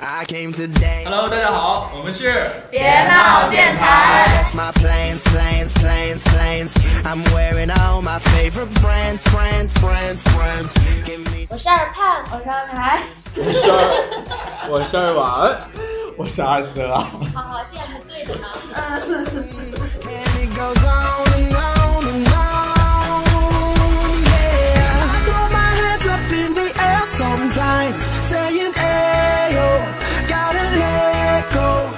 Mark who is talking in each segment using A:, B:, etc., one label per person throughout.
A: I came today.
B: Hello，大家好，我们是
C: 别闹电台
A: That's my plans, plans, plans, plans. I'm wearing all my favorite brands, brands, brands, brands. Give me
C: 我是二盼，我是二排。
D: 我是二，我是二娃，我是二泽。啊
C: 好好，这样是对的呢。嗯，
A: and it goes on and on and on. Yeah, I throw my hands up in the air sometimes, saying, "Ayo, gotta let go."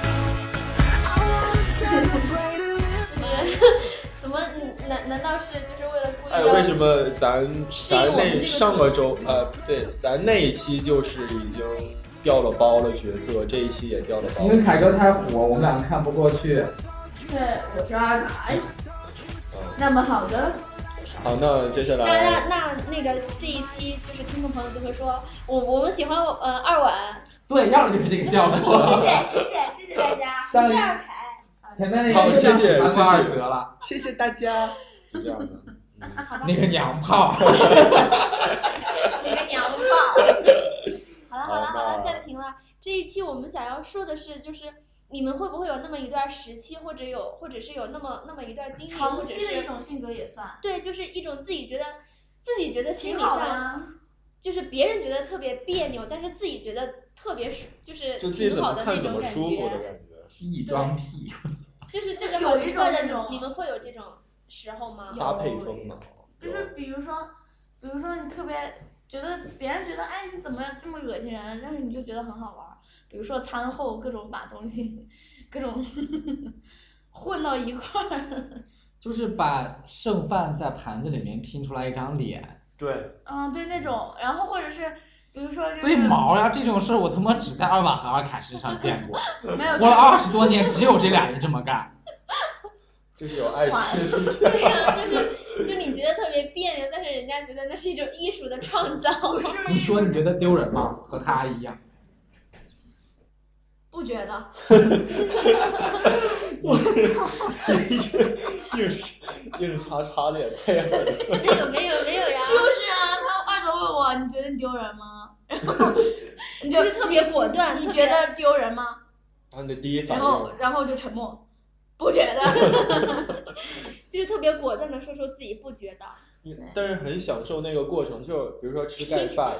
A: I wanna celebrate and live.
C: 怎么？难难道是就是为了故意
D: 哎，
C: 要
D: 为什么咱
C: 这
D: 咱
C: 个我们
D: 那
C: 这个
D: 上个周呃，对，咱那一期就是已经掉了包的角色，这一期也掉了包
E: 因。为凯哥太火，我们俩看不过去。
C: 对，我是阿凯。哎
E: 嗯
C: 那么好的，
D: 好，那接下
C: 那那
D: 来
C: 那那个这一期就是听众朋友就会说，我我们喜欢呃二婉，
E: 对，要的就是这个效
C: 谢
E: 果。
C: 谢谢谢谢谢大家，
E: 上
C: 我
E: 一
C: 是二凯。
E: 前面那
D: 好
E: 个
D: 谢谢
E: 翻
D: 谢
E: 过
D: 谢
E: 二泽了，
D: 谢谢大家，是这样的。嗯
C: 好吧，
E: 那个娘炮。
C: 你个娘炮！好
D: 好
C: 了好了好了，
D: 那
C: 暂停了。这一期我们想要说的是，就是你们会不会有那么一段时期，或者有，或者是有那么那么一段经历，
F: 长
C: 或者
F: 期的一
C: 是
F: 种性格也算，
C: 对，就是一种自己觉得自己觉得心
F: 挺
C: 理
F: 好的
C: 上
F: 啊。
C: 就是别人觉得特别别扭，但是自己觉得特别舒，就是
D: 就自己
C: 挺
D: 怎
C: 好
D: 么
C: 的
D: 看
C: 那
D: 怎
C: 种
D: 么
C: 感
D: 舒服的
C: 觉。
D: 感觉。
E: 一装屁，
C: 就是这
F: 就
C: 个
F: 有
C: 好
F: 一
C: 奇
F: 种
C: 怪的，
F: 那
C: 你
F: 种
C: 你们会有这种时候吗？
D: 搭配风嘛，
F: 就是比如说，比如说你特别觉得别人觉得哎你怎么这么恶心人，但是你就觉得很好玩儿。比如说餐后各种把东西， 各种混到一块儿。
E: 就是把剩饭在盘子里面拼出来一张脸，
D: 对，
F: 嗯，对那种，然后或者是比如说就是
E: 对毛呀、这种事儿我他妈只在二娃和二凯身上见 过，
F: 没有
E: 活了二十多年只有这俩人这么干。
D: 这是有爱心的
C: 对呀、 就是就你觉得特别别扭，但是人家觉得那是一种艺术的创造。
F: 不是
E: 你说你觉得丢人吗？和他一样，
F: 不觉得，
D: 硬硬叉叉的也太狠了。
C: 没有没有没有呀，
F: 就是啊，他二头问我你觉得你丢人吗？ 然后你
C: 就是特别果断。
F: 你
C: 特别
F: 觉得丢人吗？
D: 然后你的第一反
F: 然
D: 应，
F: 后然后就沉默，不觉得。
C: 就是特别果断的说出自己不觉得。
D: 你但是很享受那个过程，就比如说吃盖 饭，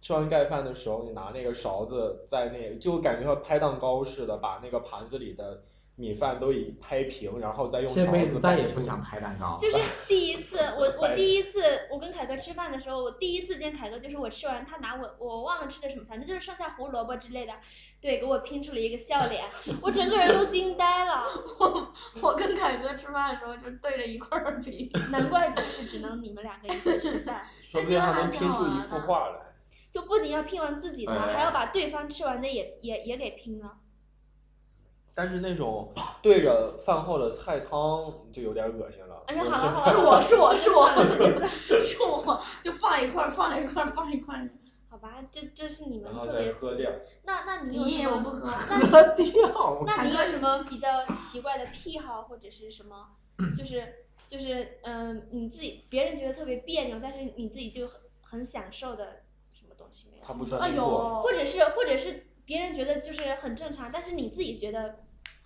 D: 吃完盖饭的时候，你拿那个勺子在那，就感觉像拍蛋糕似的，把那个盘子里的米饭都已拍平，然后再用勺
E: 这辈子再也
D: 把
E: 不想拍蛋糕。
C: 就是第一次， 我我
D: 白
C: 第一次，我跟凯哥吃饭的时候，我第一次见凯哥就是我吃完，他拿我我忘了吃的什么，反正就是剩下胡萝卜之类的，对，给我拼出了一个笑脸，我整个人都惊呆了，
F: 我我跟凯哥吃饭的时候就对着一块儿比，
C: 难怪就是只能你们两个一起吃饭，
D: 说不定还能拼出一幅画来。
C: 就不仅要拼完自己的，
D: 哎
C: 还要把对方吃完的也也也给拼了。
D: 但是那 种对着饭后的菜汤就有点恶心了。
C: 哎呀，
D: 我
C: 好了
D: 是
C: 好了，
F: 是我是我
C: 这就是算了
F: 我
C: 这就 算了
F: 是我就放一块儿放一块儿放一块儿。
C: 好吧，这这是你们
D: 然后
C: 特
D: 再
C: 别
D: 喝
C: 奇
D: 掉。
C: 那那你有
F: 咦，
C: 什么
F: 我不喝。
E: 喝掉。
C: 那你
F: 凯
C: 有
F: 哥
C: 什么比较奇怪的癖好，或者是什 么，就是就是嗯、你自己别人觉得特别别扭，但是你自己就很很享受的什么东西没
D: 他
C: 有？
D: 不
F: 哎
D: 穿内裤，
F: 呦
C: 或，者是或者是别人觉得就是很正常，但是你自己觉得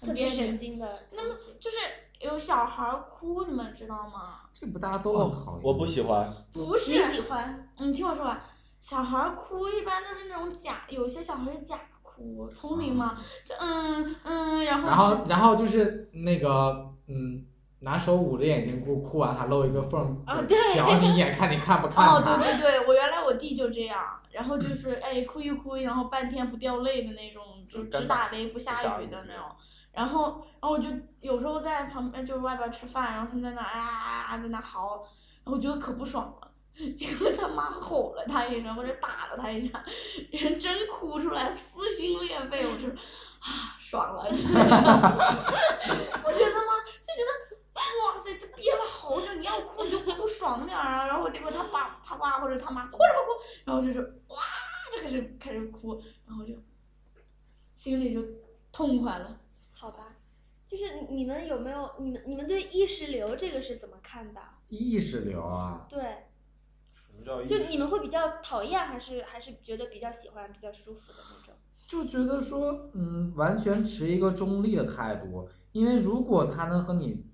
C: 特别神经的
F: 那么
C: 东西。
F: 就是有小孩儿哭，你们知道吗？
E: 这不大家都很讨厌吗？
D: 哦我不喜欢。
F: 不
C: 你
F: 是，
C: 喜欢？
F: 你听我说完，小孩儿哭一般都是那种假，有些小孩儿是假哭，聪明嘛，就嗯嗯，然后
E: 然 后，然后就是那个，嗯，拿手捂着眼睛哭，哭完还露一个缝儿，
C: 啊对
E: 瞟你一眼，看你看不看他。
F: 哦，对对对，我原来我弟就这样，然后就是哎哭一哭，然后半天不掉泪的那种，就
D: 就是干
F: 只打雷嗯不
D: 不下
F: 下雨
D: 雨
F: 的那种。然后，然后我就有时候在旁边就是外边吃饭，然后他们在那啊啊啊在那嚎，然后我觉得可不爽了。 结果他妈吼了他一声，或者打了他一下，人真哭出来，撕心裂肺，我就啊爽了，就是那种 我觉得吗？就觉得哇塞，这憋了好久，你要哭你就哭爽点儿啊。然后结果他爸他爸或者他妈哭什么哭，然后就是哇就开始开始哭，然后就心里就痛快了。
C: 好吧，就是你你们有没有你们你们对意识流这个是怎么看的？
E: 意识流啊，
C: 对，
D: 什么叫意
C: 就
D: 思
C: 你们会比较讨厌，还是还是觉得比较喜欢、比较舒服的那种？
E: 就觉得说，嗯，完全持一个中立的态度，因为如果他能和你，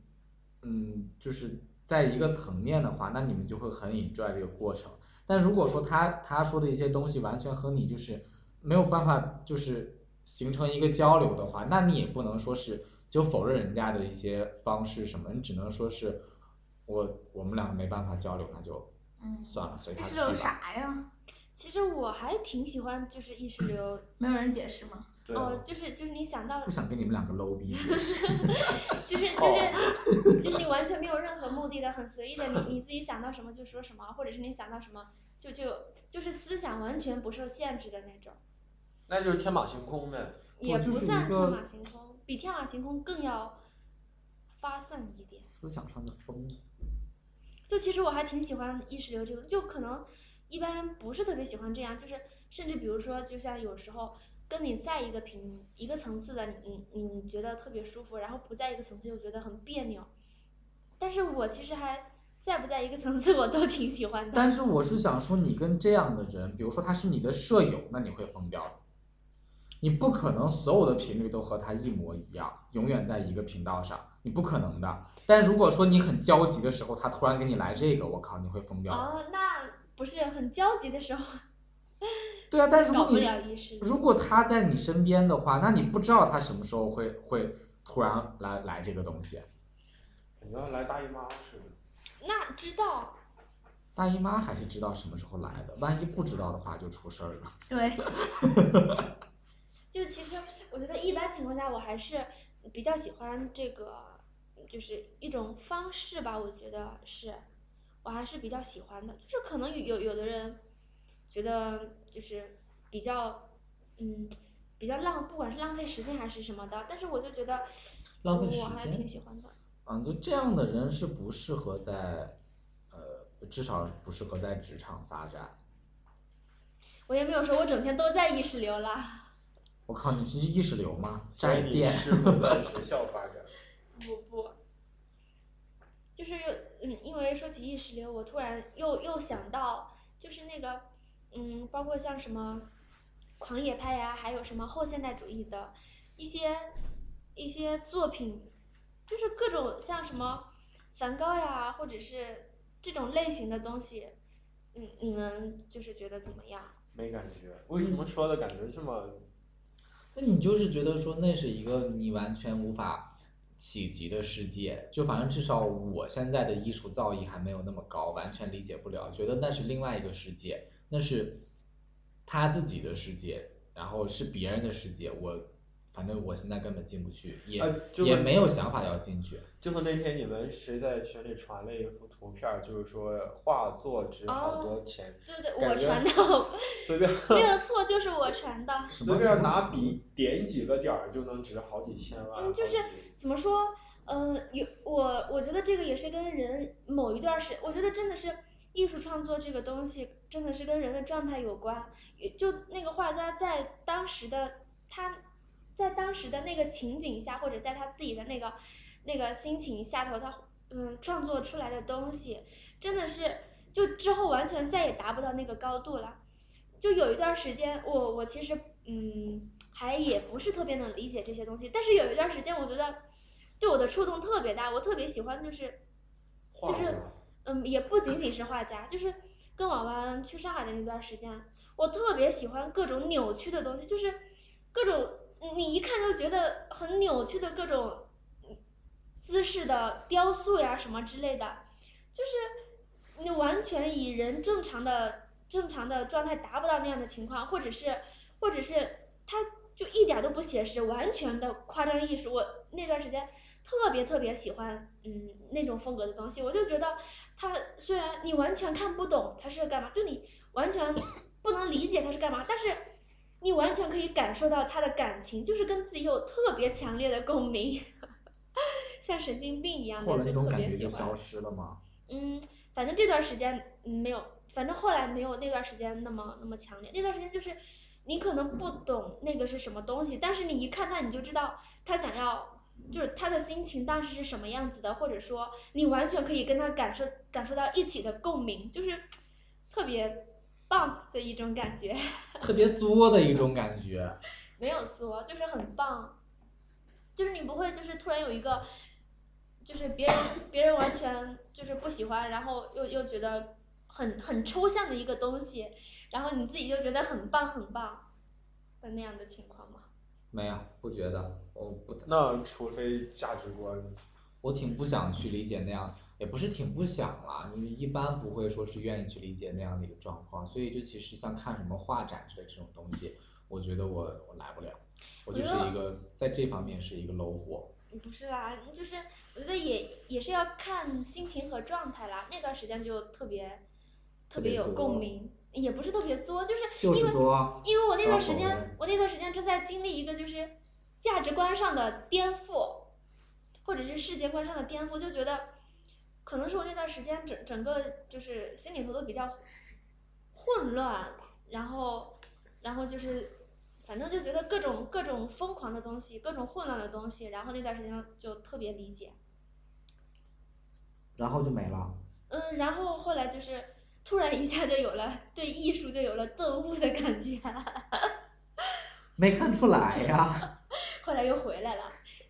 E: 嗯，就是在一个层面的话，那你们就会很 enjoy 这个过程。但如果说他他说的一些东西完全和你就是没有办法，就是形成一个交流的话，那你也不能说是就否认人家的一些方式什么，你只能说是我我们两个没办法交流，那就
F: 嗯，
E: 算了，随
F: 这
E: 他
F: 是
E: 去
F: 有
E: 吧。
F: 啥呀？
C: 其实我还挺喜欢，就是意识流，
F: 没有人解释吗？
D: 对啊，
C: 哦，就是就是你想到
E: 不，想跟啊你们两个 low 逼解释。
C: 就是就是就是你完全没有任何目的的，很随意的，你你自己想到什么就说什么，或者是你想到什么就就就是思想完全不受限制的那种，
D: 那就是天马行 空呗。
C: 也
E: 哦就
C: 不
E: 是一
C: 算
E: 个
C: 天马行空，比天马行空更要发散一点。
E: 思想上的疯子，
C: 就其实我还挺喜欢意识流这个，就可能一般人不是特别喜欢这样，就是甚至比如说，就像有时候跟你在一个平一个层次的，你你你觉得特别舒服，然后不在一个层次又觉得很别扭。但是我其实还在不在一个层次，我都挺喜欢的。
E: 但是我是想说，你跟这样的人，比如说他是你的舍友，那你会疯掉的。你不可能所有的频率都和他一模一样，永远在一个频道上，你不可能的。但如果说你很焦急的时候，他突然给你来这个，我靠，你会疯掉的。
C: 哦，那不是很焦急的时候，
E: 对啊，但如
C: 搞
E: 果
C: 不
E: 你
C: 了意识流。
E: 如果他在你身边的话，那你不知道他什么时候会会突然来来这个东西。
D: 感觉来大姨妈似的。
C: 那知道，
E: 大姨妈还是知道什么时候来的，万一不知道的话就出事儿了。
F: 对，
C: 就其实我觉得一般情况下，我还是比较喜欢这个，就是一种方式吧。我觉得是，我还是比较喜欢的。就是可能有有的人觉得就是比较，嗯，比较浪，不管是浪费时间还是什么的，但是我就觉得
E: 浪费时
C: 我还
E: 间
C: 挺喜欢的。
E: 嗯，就这样的人是不适合在，呃，至少是不适合在职场发展。
C: 我也没有说我整天都在意识流啦，
E: 我靠，你是意识流吗？
D: 所以
E: 再
D: 你
E: 见。
D: 适合在学校发 展。
C: 不不。就是又嗯，因为说起意识流，我突然又又想到，就是那个嗯，包括像什么狂野派呀、还有什么后现代主义的一些一些作品，就是各种像什么梵高呀，或者是这种类型的东西，嗯，你们就是觉得怎么样？
D: 没感觉，为
E: 嗯
D: 什么说的感觉这么？
E: 那你就是觉得说那是一个你完全无法企及的世界，就反正至少我现在的艺术造诣还没有那么高，完全理解不了，觉得那是另外一个世界，那是他自己的世界，然后是别人的世界，我反正我现在根本进不去，也、
D: 哎就
E: 也
D: 跟
E: 没有想法要进去。
D: 就和那天你们谁在群里传了一幅图片儿，就是说画作值
C: 哦
D: 好多钱，
C: 对不对？
D: 感
C: 我
D: 觉
C: 传的
D: 随便
C: 没有错，就是我传的。
D: 随便拿笔点几个点儿就能值好几千万。
C: 嗯就是
D: 好几
C: 怎么说？嗯、有我，我觉得这个也是跟人某一段时，我觉得真的是艺术创作这个东西，真的是跟人的状态有关。也就那个画家在当时的他，在当时的那个情景下，或者在他自己的那个那个心情下头，他嗯创作出来的东西，真的是就之后完全再也达不到那个高度了。就有一段时间，我我其实嗯，还也不是特别能理解这些东西，但是有一段时间，我觉得对我的触动特别大，我特别喜欢，就是
D: 画
C: 就是
D: 出来
C: 嗯，也不仅仅是画家，就是跟婉婉去上海的那段时间，我特别喜欢各种扭曲的东西，就是各种你一看就觉得很扭曲的各种姿势的雕塑呀什么之类的，就是你完全以人正常的正常的状态达不到那样的情况，或者是或者是它就一点都不写实，完全的夸张艺术。我那段时间特别特别喜欢，嗯，那种风格的东西，我就觉得它虽然你完全看不懂它是干嘛，就你完全不能理解它是干嘛，但是。你完全可以感受到他的感情，就是跟自己有特别强烈的共鸣， 像神经病一样的，
E: 或者那
C: 就
E: 种
C: 特
E: 感
C: 别
E: 觉
C: 喜
E: 就
C: 欢
E: 消。失了吗？
C: 嗯，反正这段时间嗯没有，反正后来没有那段时间那么那么强烈。那段时间就是你可能不懂那个是什么东西，但是你一看他，你就知道他想要，就是他的心情当时是什么样子的，或者说你完全可以跟他感受感受到一起的共鸣，就是特别棒的一种感觉。
E: 特别作的一种感觉。
C: 没有作，就是很棒，就是你不会就是突然有一个，就是别人别人完全就是不喜欢，然后又又觉得很很抽象的一个东西，然后你自己就觉得很棒很棒的那样的情况吗？
E: 没有，不觉得，我不，
D: 那除非价值观，
E: 我挺不想去理解那样，也不是挺不想啦，因为一般不会说是愿意去理解那样的一个状况，所以就其实像看什么画展之类这种东西，我觉得我我来不了，我就是一个在这方面是一个 low 货。
C: 嗯不是啦，就是我觉得也也是要看心情和状态啦。那段时间就特别
E: 特
C: 特
E: 别
C: 别有
E: 作
C: 共鸣，也不是特别作，就是
E: 就是
C: 因为
E: 作啊
C: 因为我那段时
E: 当然
C: 间，我那段时间正在经历一个就是价值观上的颠覆，或者是世界观上的颠覆，就觉得可能是我那段时间整整个就是心里头都比较混乱，然后然后就是反正就觉得各种各种疯狂的东西，各种混乱的东西，然后那段时间就特别理解。
E: 然后就没了。
C: 嗯，然后后来就是突然一下就有了对艺术就有了顿悟的感觉，
E: 没看出来呀，
C: 后来又回来了。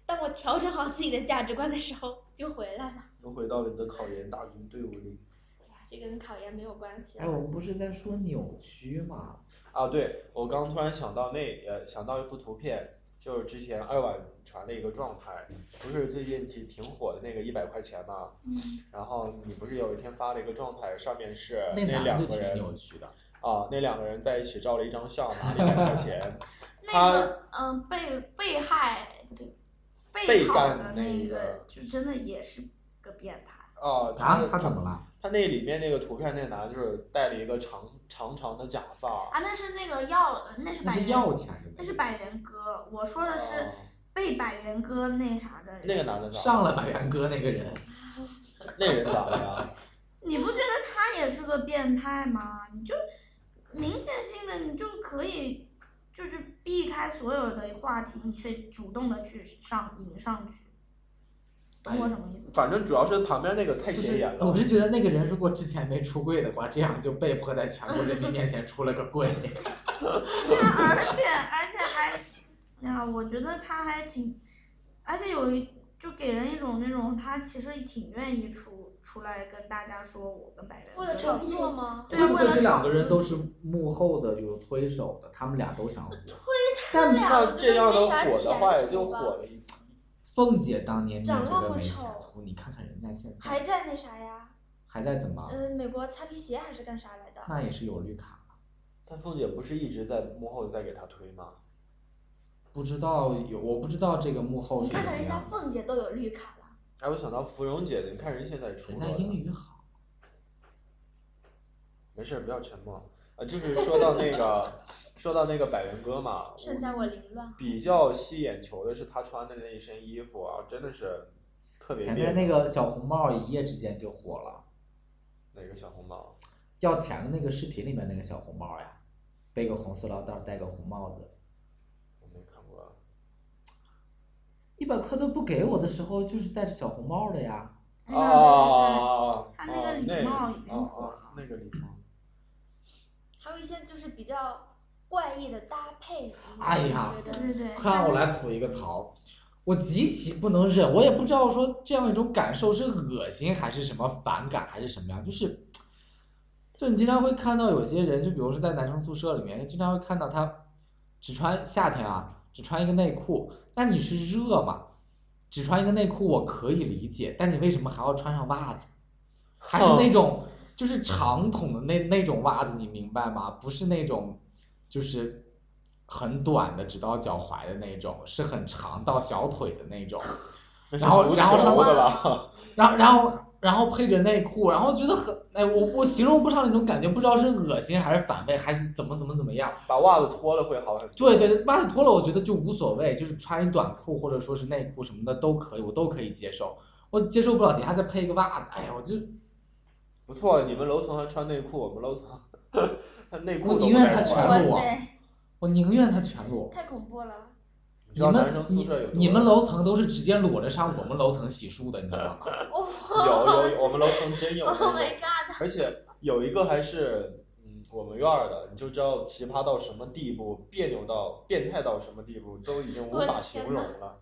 C: 当我调整好自己的价值观的时候，就回来了。
D: 又回到了你的考研大军队伍里
C: 哎呀，这跟考研没有关系
E: 哎，
C: 了。
E: 我们不是在说扭曲嘛？
D: 啊！对，我刚突然想到那呃，想到一幅图片，就是之前二婉传的一个状态，不是最近挺挺火的那个一百块钱嘛？
F: 嗯，
D: 然后你不是有一天发了一个状态，上面是
E: 那男的
D: 两
E: 就
D: 个
E: 挺
D: 人
E: 扭曲的，
D: 啊，那两个人在一起照了一张相，拿了一百块钱，
F: 那个嗯被被害不对，
D: 被
F: 被
D: 干
F: 讨
D: 的
F: 的
D: 那一
F: 那
D: 个
F: 个就真的也是个变态。
D: 啊，
E: 啊，他怎么了？
D: 他那里面那个图片，那男的就是戴了一个长长长的假发，
F: 啊，那是那个药，呃那是
E: 那
F: 百
E: 是
F: 元，
E: 要钱的，
F: 那是百元哥。我说的是
D: 哦
F: 被百元哥那啥的人。
D: 那个男的咋
E: 上
D: 了？
E: 了百元哥那个人，
D: 那人咋了呀？
F: 你
E: 嗯
F: 不觉得他也是个变态吗？你就明显性的，你就可以就是避开所有的话题，你却主动的去上引上去，懂
E: 哎
F: 我什么意思吗？
D: 反正主要是旁边那个太
E: 不
D: 显
E: 是
D: 眼，
E: 我
D: 了。
E: 是觉得那个人如果之前没出柜的话，这样就被迫在全国人民面前出了个 柜。
F: 对啊，而且而且还，哎呀，我觉得他还挺，而且有一就给人一种那种他其实挺愿意出出来跟大家说我跟百元
C: 为了炒作吗？
F: 对啊，
E: 不
F: 为
E: 会
F: 了
E: 这两
F: 炒
E: 个
F: 作
E: 人都是幕后的有推手的，他们俩都 想火。
C: 他俩
D: 那
C: 啊我觉
D: 这
C: 得
D: 样
C: 没
D: 的
C: 啥
D: 火的话，也
C: 前
D: 就火
C: 途吧，
D: 了一。
E: 凤姐当年你也
C: 长
E: 觉
C: 那
E: 得
C: 么
E: 没前
C: 丑
E: 途，你看看人家现
C: 还
E: 在
C: 在那啥呀？
E: 还在怎么？
C: 嗯、美国擦皮鞋还是干啥来的？
D: 啊
E: 那也是有绿卡。
D: 但凤姐不是一直在幕后在给他推吗？
E: 不知道有，我不知道这个幕后
C: 你
E: 是
C: 看
E: 怎
C: 看
E: 么
C: 人家
E: 样的。
C: 凤姐都有绿卡了，
D: 哎，我想到芙蓉姐姐，你看人现在出
E: 人
D: 国
E: 家
D: 了，
E: 英语好，
D: 没事儿不要沉默。啊，就是说到那个，说到那个百元哥嘛，
C: 剩下我凌乱。
D: 比较吸眼球的是他穿的那一身衣服啊，真的是特别
E: 前
D: 别
E: 面那个小红帽一夜之间就火了，
D: 哪个小红帽？
E: 要钱的那个视频里面那个小红帽呀，背个红塑料袋，戴个红帽子，
D: 我没看过。
E: 一百块都不给我的时候，就是戴着小红帽的呀。
F: 嗯
D: 哦
F: 对对对
D: 哦哦哦哦
F: 他那个礼貌已经火了
D: 哦那个礼貌。
C: 还有一些就是比较怪异的搭配，你
E: 哎
C: 们
E: 呀
C: 觉得
F: 对对对，
E: 快哦让我来吐一个槽，我极其不能忍，我也不知道说这样一种感受是恶心还是什么反感还是什么样，就是，就你经常会看到有些人，就比如说在男生宿舍里面，经常会看到他只穿夏天啊，只穿一个内裤，那你是热嘛？只穿一个内裤我可以理解，但你为什么还要穿上袜子？还是那种就是长筒的那那种袜子，你明白吗？不是那种就是很短的，直到脚踝的那种，是很长到小腿的那种。
D: 那是
E: 然后
D: 足
E: 然后
D: 球
E: 上
D: 的吧？
E: 然后然后然后配着内裤，然后觉得很哎，我我形容不上那种感觉，不知道是恶心还是反胃，还是怎么怎么怎么样。
D: 把袜子脱了会好很多。
E: 对对，对，袜子脱了，我觉得就无所谓，就是穿一短裤或者说是内裤什么的都可以，我都可以接受。我接受不了，底下再配一个袜子，哎呀，我就
D: 不错，你们楼层还穿内裤，我们楼层他内裤
E: 我
D: 都
E: 宁
D: 不
E: 愿
D: 带
E: 他
D: 穿
E: 全。
C: 哇
E: 裸
C: 塞，
E: 我宁愿他全裸。
C: 太恐怖了！
D: 你
E: 你
D: 知道
E: 们
D: 男生宿
E: 你
D: 舍有多
E: 你们楼层都是直接裸着上我们楼层洗漱的，你知道吗？
D: 有有有，我们楼层真有那
C: 哦 Oh
D: 种，
C: my god！
D: 而且有一个还是嗯，我们院儿的，你就知道奇葩到什么地步，别扭到变态到什么地步，都已经无
C: 我的
D: 法
C: 天
D: 形容
C: 呐
D: 了。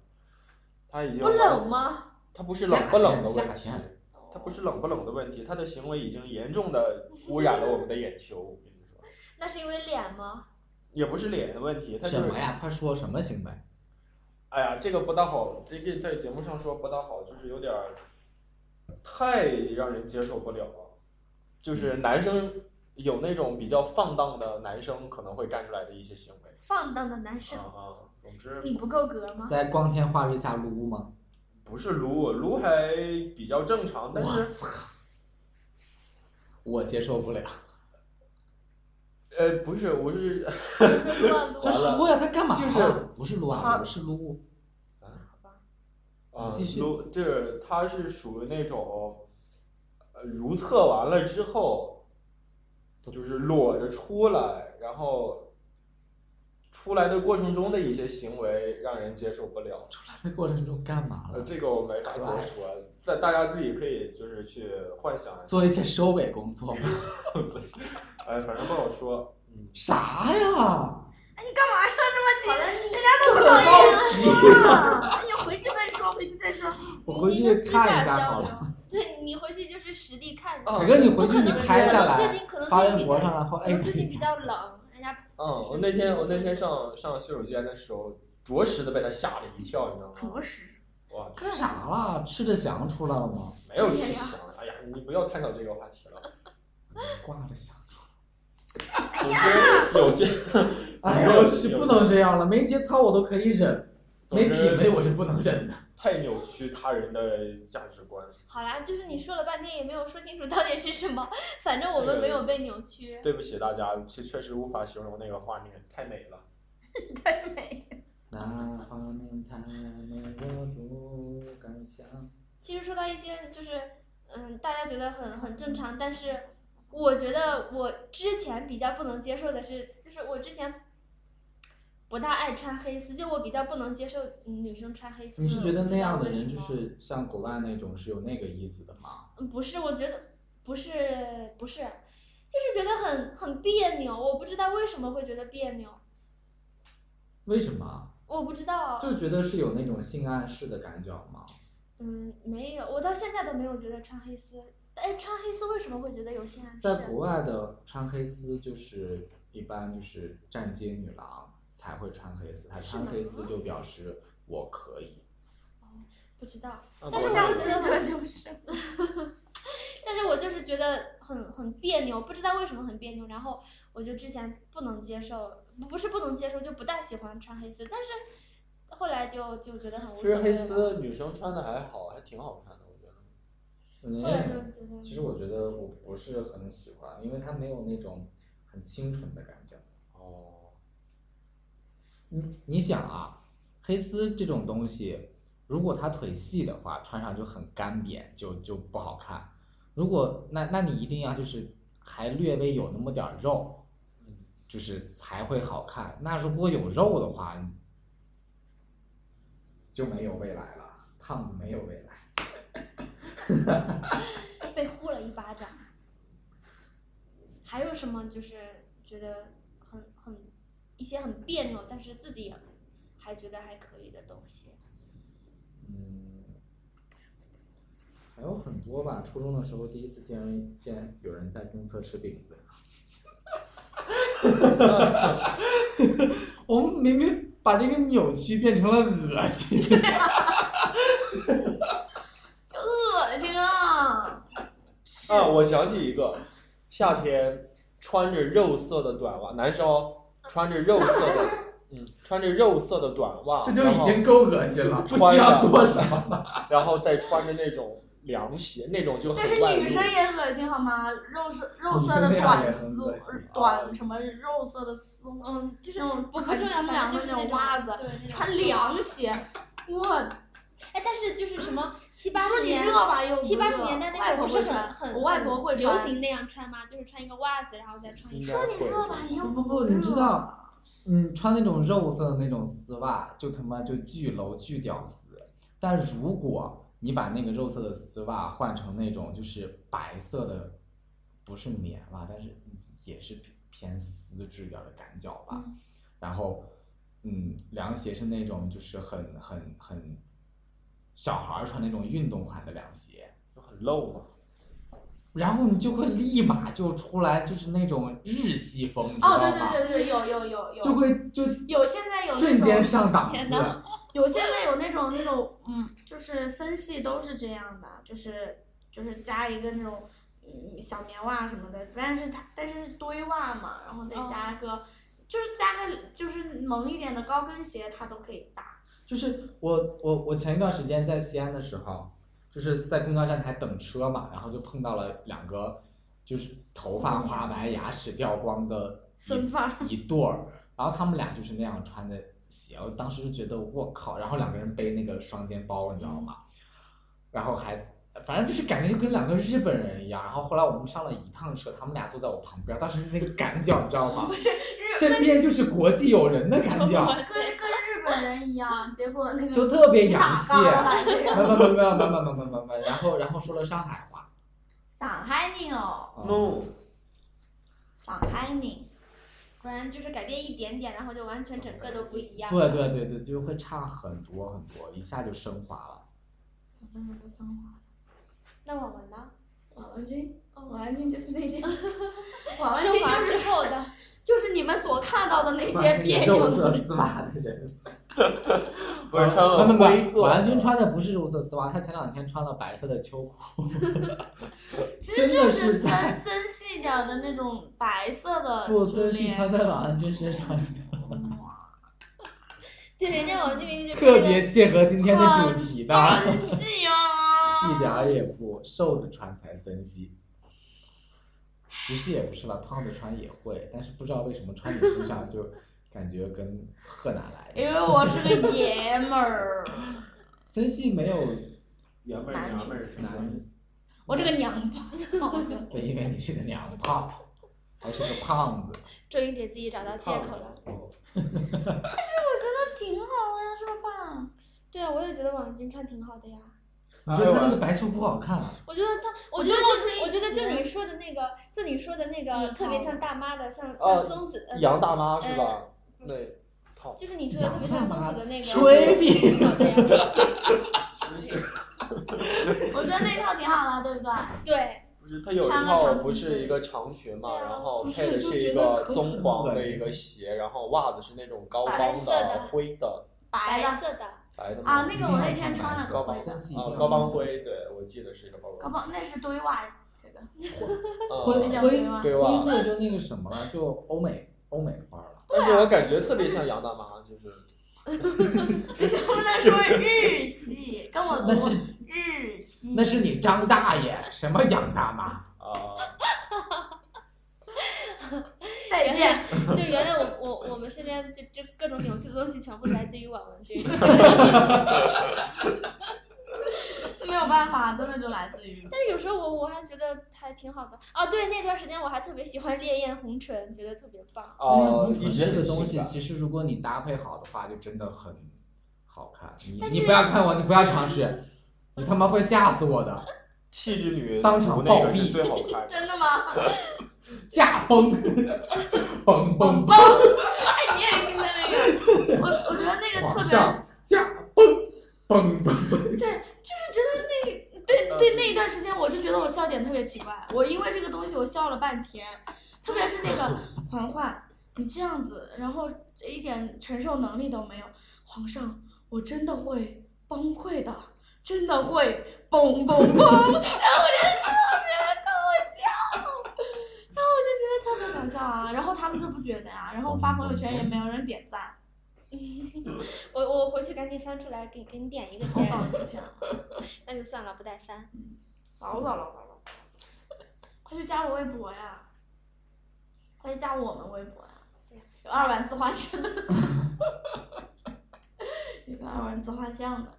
D: 他已经
C: 不冷？吗？
D: 他不是冷不冷的
E: 夏天
D: 问题
E: 夏天，
D: 他不是冷不冷的问题，他的行为已经严重的污染了我们的眼球。我跟你说，
C: 那是因为脸吗？
D: 也不是脸的问题，他就
E: 什
D: 是
E: 么呀？快说什么行为？
D: 哎呀，这个不大好，这个在节目上说不大好，就是有点儿太让人接受不了了。就是男生有那种比较放荡的男生可能会干出来的一些行为。
C: 放荡的男
D: 啊
C: 生，
D: 啊，总之
C: 你不够格吗？
E: 在光天化日下撸吗？
D: 不是撸，撸还比较正常，但是
E: 我接受不了。
D: 呃不是，我是
C: 乱撸
E: 快
D: 完了
E: 说呀，他干嘛了？
D: 就是
E: 不是撸啊
D: 他
E: 撸，是撸。
D: 啊
E: 继续
D: 撸，就是他是属于那种，呃，如厕完了之后，就是裸着出来，然后出来的过程中的一些行为让人接受不了。
E: 出来的过程中干嘛
D: 呃，
E: 了？
D: 这个我没法多说，在大家自己可以就是去幻想一下，
E: 做一些收尾工作吗？
D: 哎，反正不好说。嗯，
E: 啥呀？
F: 哎，你干嘛呀？这么紧，人家
E: 这
F: 都
E: 很
F: 不好意
E: 好
F: 思
E: 奇。
F: 了。 哎，你回去再说，回去 再说。
E: 我回去看一下好了。哎
C: 了。对你回去就是实地看。
D: 哦
E: 凯哥，你
C: 我
E: 回
C: 可
E: 去
C: 能
E: 你
C: 是
E: 拍下
C: 我最近
E: 来
C: 可能，是
E: 发
C: 比
E: 微
C: 较
E: 博上，然后
C: 我
E: 艾特
C: 最
E: 一
C: 近比
E: 下。
C: 较冷，人家
D: 嗯，我那天我那天上上洗手间的时候，着实的被他吓了一跳，你知道吗？
F: 实，
D: 哇，
E: 干啥了？吃着翔出来了吗？
D: 没有去想，哎呀，你不要探讨这个话题了。
E: 挂着翔。
D: 总之有些，
E: 哎呀，我去，不能这样了，没节操我都可以忍，
D: 总
E: 没
D: 之
E: 品位我是不能忍的。
D: 太扭曲他人的价值观。
C: 好啦，就是你说了半天也没有说清楚到底是什么， 反正我们没有被扭曲。
D: 对不起大家，确确实无法形容那个画面，太美了。
F: 太美。
E: 那画面太美，我不敢想。
C: 其实说到一些就是，嗯，大家觉得很很正常，但是我觉得我之前比较不能接受的是，就是我之前不大爱穿黑丝，就我比较不能接受女生穿黑丝。
E: 你是觉得
C: 我不
E: 那
C: 知道
E: 样的
C: 为什
E: 人就
C: 么
E: 是像国外那种是有那个意思的吗？
C: 嗯不是，我觉得不是不是，就是觉得很很别扭，我不知道为什么会觉得别扭，
E: 为什么？
C: 我不知道，
E: 就觉得是有那种性暗示的感觉吗？
C: 嗯，没有，我到现在都没有觉得穿黑丝，哎，穿黑丝为什么会觉得有性暗示？
E: 在国外的穿黑丝就是一般就是站街女郎才会穿黑丝，她
C: 是
E: 穿
C: 吗
E: 黑丝就表示我可以。
C: 不知道，
D: 那
C: 但
D: 不
C: 是
D: 然
C: 我
F: 相
C: 觉
F: 信
C: 得
F: 这就是。
C: 但是我就是觉得很很别扭，不知道为什么很别扭。然后我就之前不能接受，不不是不能接受，就不大喜欢穿黑丝。但是后来就就觉得很无
D: 其
C: 所谓
D: 实
C: 了。
D: 黑丝女生穿的还好，还挺好看的，我觉得。
C: 后来就
E: 嗯，
C: 觉得
E: 其实我觉得我不是很喜欢，因为它没有那种很清纯的感觉。
D: 哦，
E: 你你想啊，黑丝这种东西，如果它腿细的话，穿上就很干瘪，就就不好看。如果那那你一定要就是还略微有那么点儿肉，
D: 嗯，
E: 就是才会好看。那如果有肉的话，就没有未来了，胖子没有未来。
C: 被呼了一巴掌。还有什么就是觉得很很一些很别扭，但是自己也还觉得还可以的东西？
E: 嗯，还有很多吧。初中的时候第一次见人见有人在公厕吃饼子， 我们明明把这个扭曲变成了恶心。
F: 就恶心啊！
D: 啊，我想起一个，夏天穿着肉色的短袜，男生哦穿着肉色的，嗯，穿着肉色的短袜，
E: 这就已经够恶心了，不
D: 穿
E: 需要
D: 上
E: 做什么了。
D: 然后，然后再穿着那种凉鞋，那种就很
F: 但是
D: 外
F: 女
D: 露
F: 生也恶心好吗？肉色肉色的
E: 女生那样
F: 短
E: 也很
F: 丝
E: 恶心啊
F: 短什么肉色的丝袜，
C: 嗯，就是
F: 那种
C: 不
F: 很
C: 不重要反正就是
F: 清凉的那
C: 那
F: 种袜子，
C: 对那种
F: 穿凉鞋，我
C: 哎，但是就是什 么七八
F: 说
C: 十
F: 你
C: 年
F: 热。吧又不
C: 七八十年代
F: 热
C: 那会儿
F: 外
C: 不
F: 婆
C: 是
F: 会
C: 很
F: 穿，
C: 很
F: 我外婆会
C: 流
F: 穿。
C: 行那样穿吗？就是穿一个袜子，然后再穿一
D: 应
C: 个。
D: 该
F: 说你
D: 会
F: 热吧，你又
E: 不不
F: 不
E: 你知
F: 热
E: 道，嗯，穿那种肉色的那种丝袜，就他妈就巨 low 巨屌丝。但如果你把那个肉色的丝袜换成那种就是白色的不是黏吧，但是也是偏丝质点儿的赶脚吧。
F: 嗯
E: 然后，嗯，凉鞋是那种就是很很很小孩儿穿那种运动款的凉鞋，
D: 就很露嘛。
E: 然后你就会立马就出来就是那种日系风，你知道吗？
F: 哦，对对对对，有有有有，
E: 就会就
F: 有现在有那
E: 瞬间
F: 种
E: 上档
C: 天
E: 次。
C: 哪
F: 有现在有那种那种嗯，就是森系都是这样的，就是就是加一个那种嗯小棉袜什么的，但是它但是是堆袜嘛，然后再加个、就是加个就是萌一点的高跟鞋，它都可以搭。
E: 就是我我我前一段时间在西安的时候，就是在公交站台等车嘛，然后就碰到了两个，就是头发花白、牙齿掉光的
F: 孙范儿
E: 一一对儿，然后他们俩就是那样穿的鞋，我当时就觉得我靠，然后两个人背那个双肩包，你知道吗？然后还反正就是感觉就跟两个日本人一样，然后后来我们上了一趟车，他们俩坐在我旁边，当时那个赶脚，你知道吗
F: 不？是日
E: 身边就是国际友人的赶脚。
F: 跟跟日本人一样，结果那个
E: 就特别
F: 你
E: 洋
F: 哪
E: 气
F: 嘎了 来这
E: 没有没有没有没有没有没有
F: 个？
E: 没有没有，然后然后说了上海话。嗯
F: 上海人哦，
D: No，
F: 上海人，
C: 果然就是改变一点点，然后就完全整个都不一样。
E: 对对对对，就会差很多很多，一下就升华了。
F: 怎么怎么脏话？
C: 那网文呢？
F: 王文军，王文军就是那 些，王文
C: 升
F: 军
C: 华
F: 就
C: 之
F: 是
C: 后的，
F: 就是你们所看到的那些别
E: 肉
F: 扭
E: 色
F: 的。
E: 丝袜的人，
D: 不是穿了
E: 不不不
D: 灰色的。
E: 婉君穿的不是肉色丝袜，她前两天穿了白色的秋裤。
F: 其实就
E: 真的是
F: 是
E: 在
F: 深深细点儿的那种白色的
E: 不，
F: 珠
E: 森系
F: 帘
E: 穿在婉
F: 嗯
E: 君身上，
C: 对人家网文就明明就 是
E: 特
C: 这个
E: 别切合今天的主题的，
F: 很细 啊！
E: 一点儿也不。瘦子穿才森系。其实也不是吧，胖子穿也会，但是不知道为什么穿你身上就感觉跟荷兰来的
F: 因。为我是个爷们儿，
E: 森系没有
D: 爷们
F: 男
D: 儿娘
F: 女
D: 们儿
F: 之
D: 是吧
E: 男，
F: 我这个娘炮，好像
E: 对，因为你是个娘炮，还是个胖子，
C: 终于给自己找到借口了。
D: 哦
F: 那挺好啊的呀，是吧？
C: 对啊，我也觉得网军穿挺好的呀。
E: 你
D: 啊哎
E: 觉得他那个白秋裤好看啊？
C: 我觉得他，
F: 我
C: 觉
F: 觉
C: 得
F: 得就是一
C: 我觉得就
F: 节
C: 你说的那个，就你说的那个
F: 嗯
C: 特别
F: 好
C: 像大妈的，像像
D: 哦
C: 松子，呃
D: 杨大妈是吧？
C: 嗯
D: 那套
C: 就是你说的特别像松子的那个。
E: 吹逼！
C: 好的呀，
D: 不 是
F: 我觉得那套挺好的，对不对？
C: 对，
D: 不是，它有一
F: 穿个
D: 套
F: 长
D: 不
F: 裙
D: 是
F: 子
D: 一个长裙嘛，
C: 对啊
D: 然后
E: 不是
D: 配的
E: 就是
D: 一
E: 觉得
D: 个
E: 可
D: 棕
E: 恶
D: 黄
E: 了
D: 的一个鞋，然后袜子是那种高
C: 白
D: 帮
C: 色的
D: 的灰的
C: 白
F: 白的
C: 色的，
D: 白的
F: 啊，
D: 吗
F: 那个我那天穿了
D: 高
F: 个
D: 帮
F: 灰
E: 森
F: 的，
E: 系
D: 啊高帮，灰，对我记得是一个高
F: 高
D: 帮
F: 帮那是堆袜，这个
E: 灰
D: 灰
E: 灰
D: 嗯
F: 那叫
E: 灰
F: 吗
D: 对吧
E: 色就那个什么了，就欧美欧美范儿了。
D: 但是我感觉特别像杨大妈，就是
F: 你能不能说 日系？跟我
E: 那是
F: 读日系。
E: 那是你张大爷，什么杨大妈？
D: 啊，
E: 哎
F: 再见。
C: 就原来我我我们身边就就各种扭曲的东西，全部来自于网文军。
F: 没有办法，真的就来自于
C: 但是有时候我我还觉得还挺好的啊。对，那段时间我还特别喜欢《烈焰红唇》，觉得特别棒。
D: 哦，一
E: 你
D: 直
E: 这个
D: 很
E: 东
D: 性
E: 西，
D: 感
E: 其实如果你搭配好的话，就真的很好看。你
C: 但是
E: 你不要看我，你不要尝试，你他妈会吓死我的，
D: 气质女
E: 当场
D: 图
E: 暴
D: 那个是
E: 毙
D: 最好看的。
F: 真的吗？
E: 驾崩，崩崩
F: 蹦！哎，你也听的那个，我我觉得那个特
E: 皇
F: 别，
E: 上驾崩，崩崩。
F: 就是觉得那对对那一段时间，我就觉得我笑点特别奇怪，我因为这个东西我笑了半天，特别是那个嬛嬛，你这样子，然后一点承受能力都没有，皇上，我真的会崩溃的，真的会嘣嘣嘣，然后我就特别搞笑。然后我就觉得特别搞笑啊，然后他们都不觉得呀、然后发朋友圈也没有人点赞，
C: 我我回去赶紧翻出来给给你点一个
F: 好
C: 先，
F: 早之 前了，啊
C: 那就算了，不带翻。
F: 老早老早 老早，快去加我微博呀，快去加我们微博呀，有二丸自画像， 有个二丸自画像的，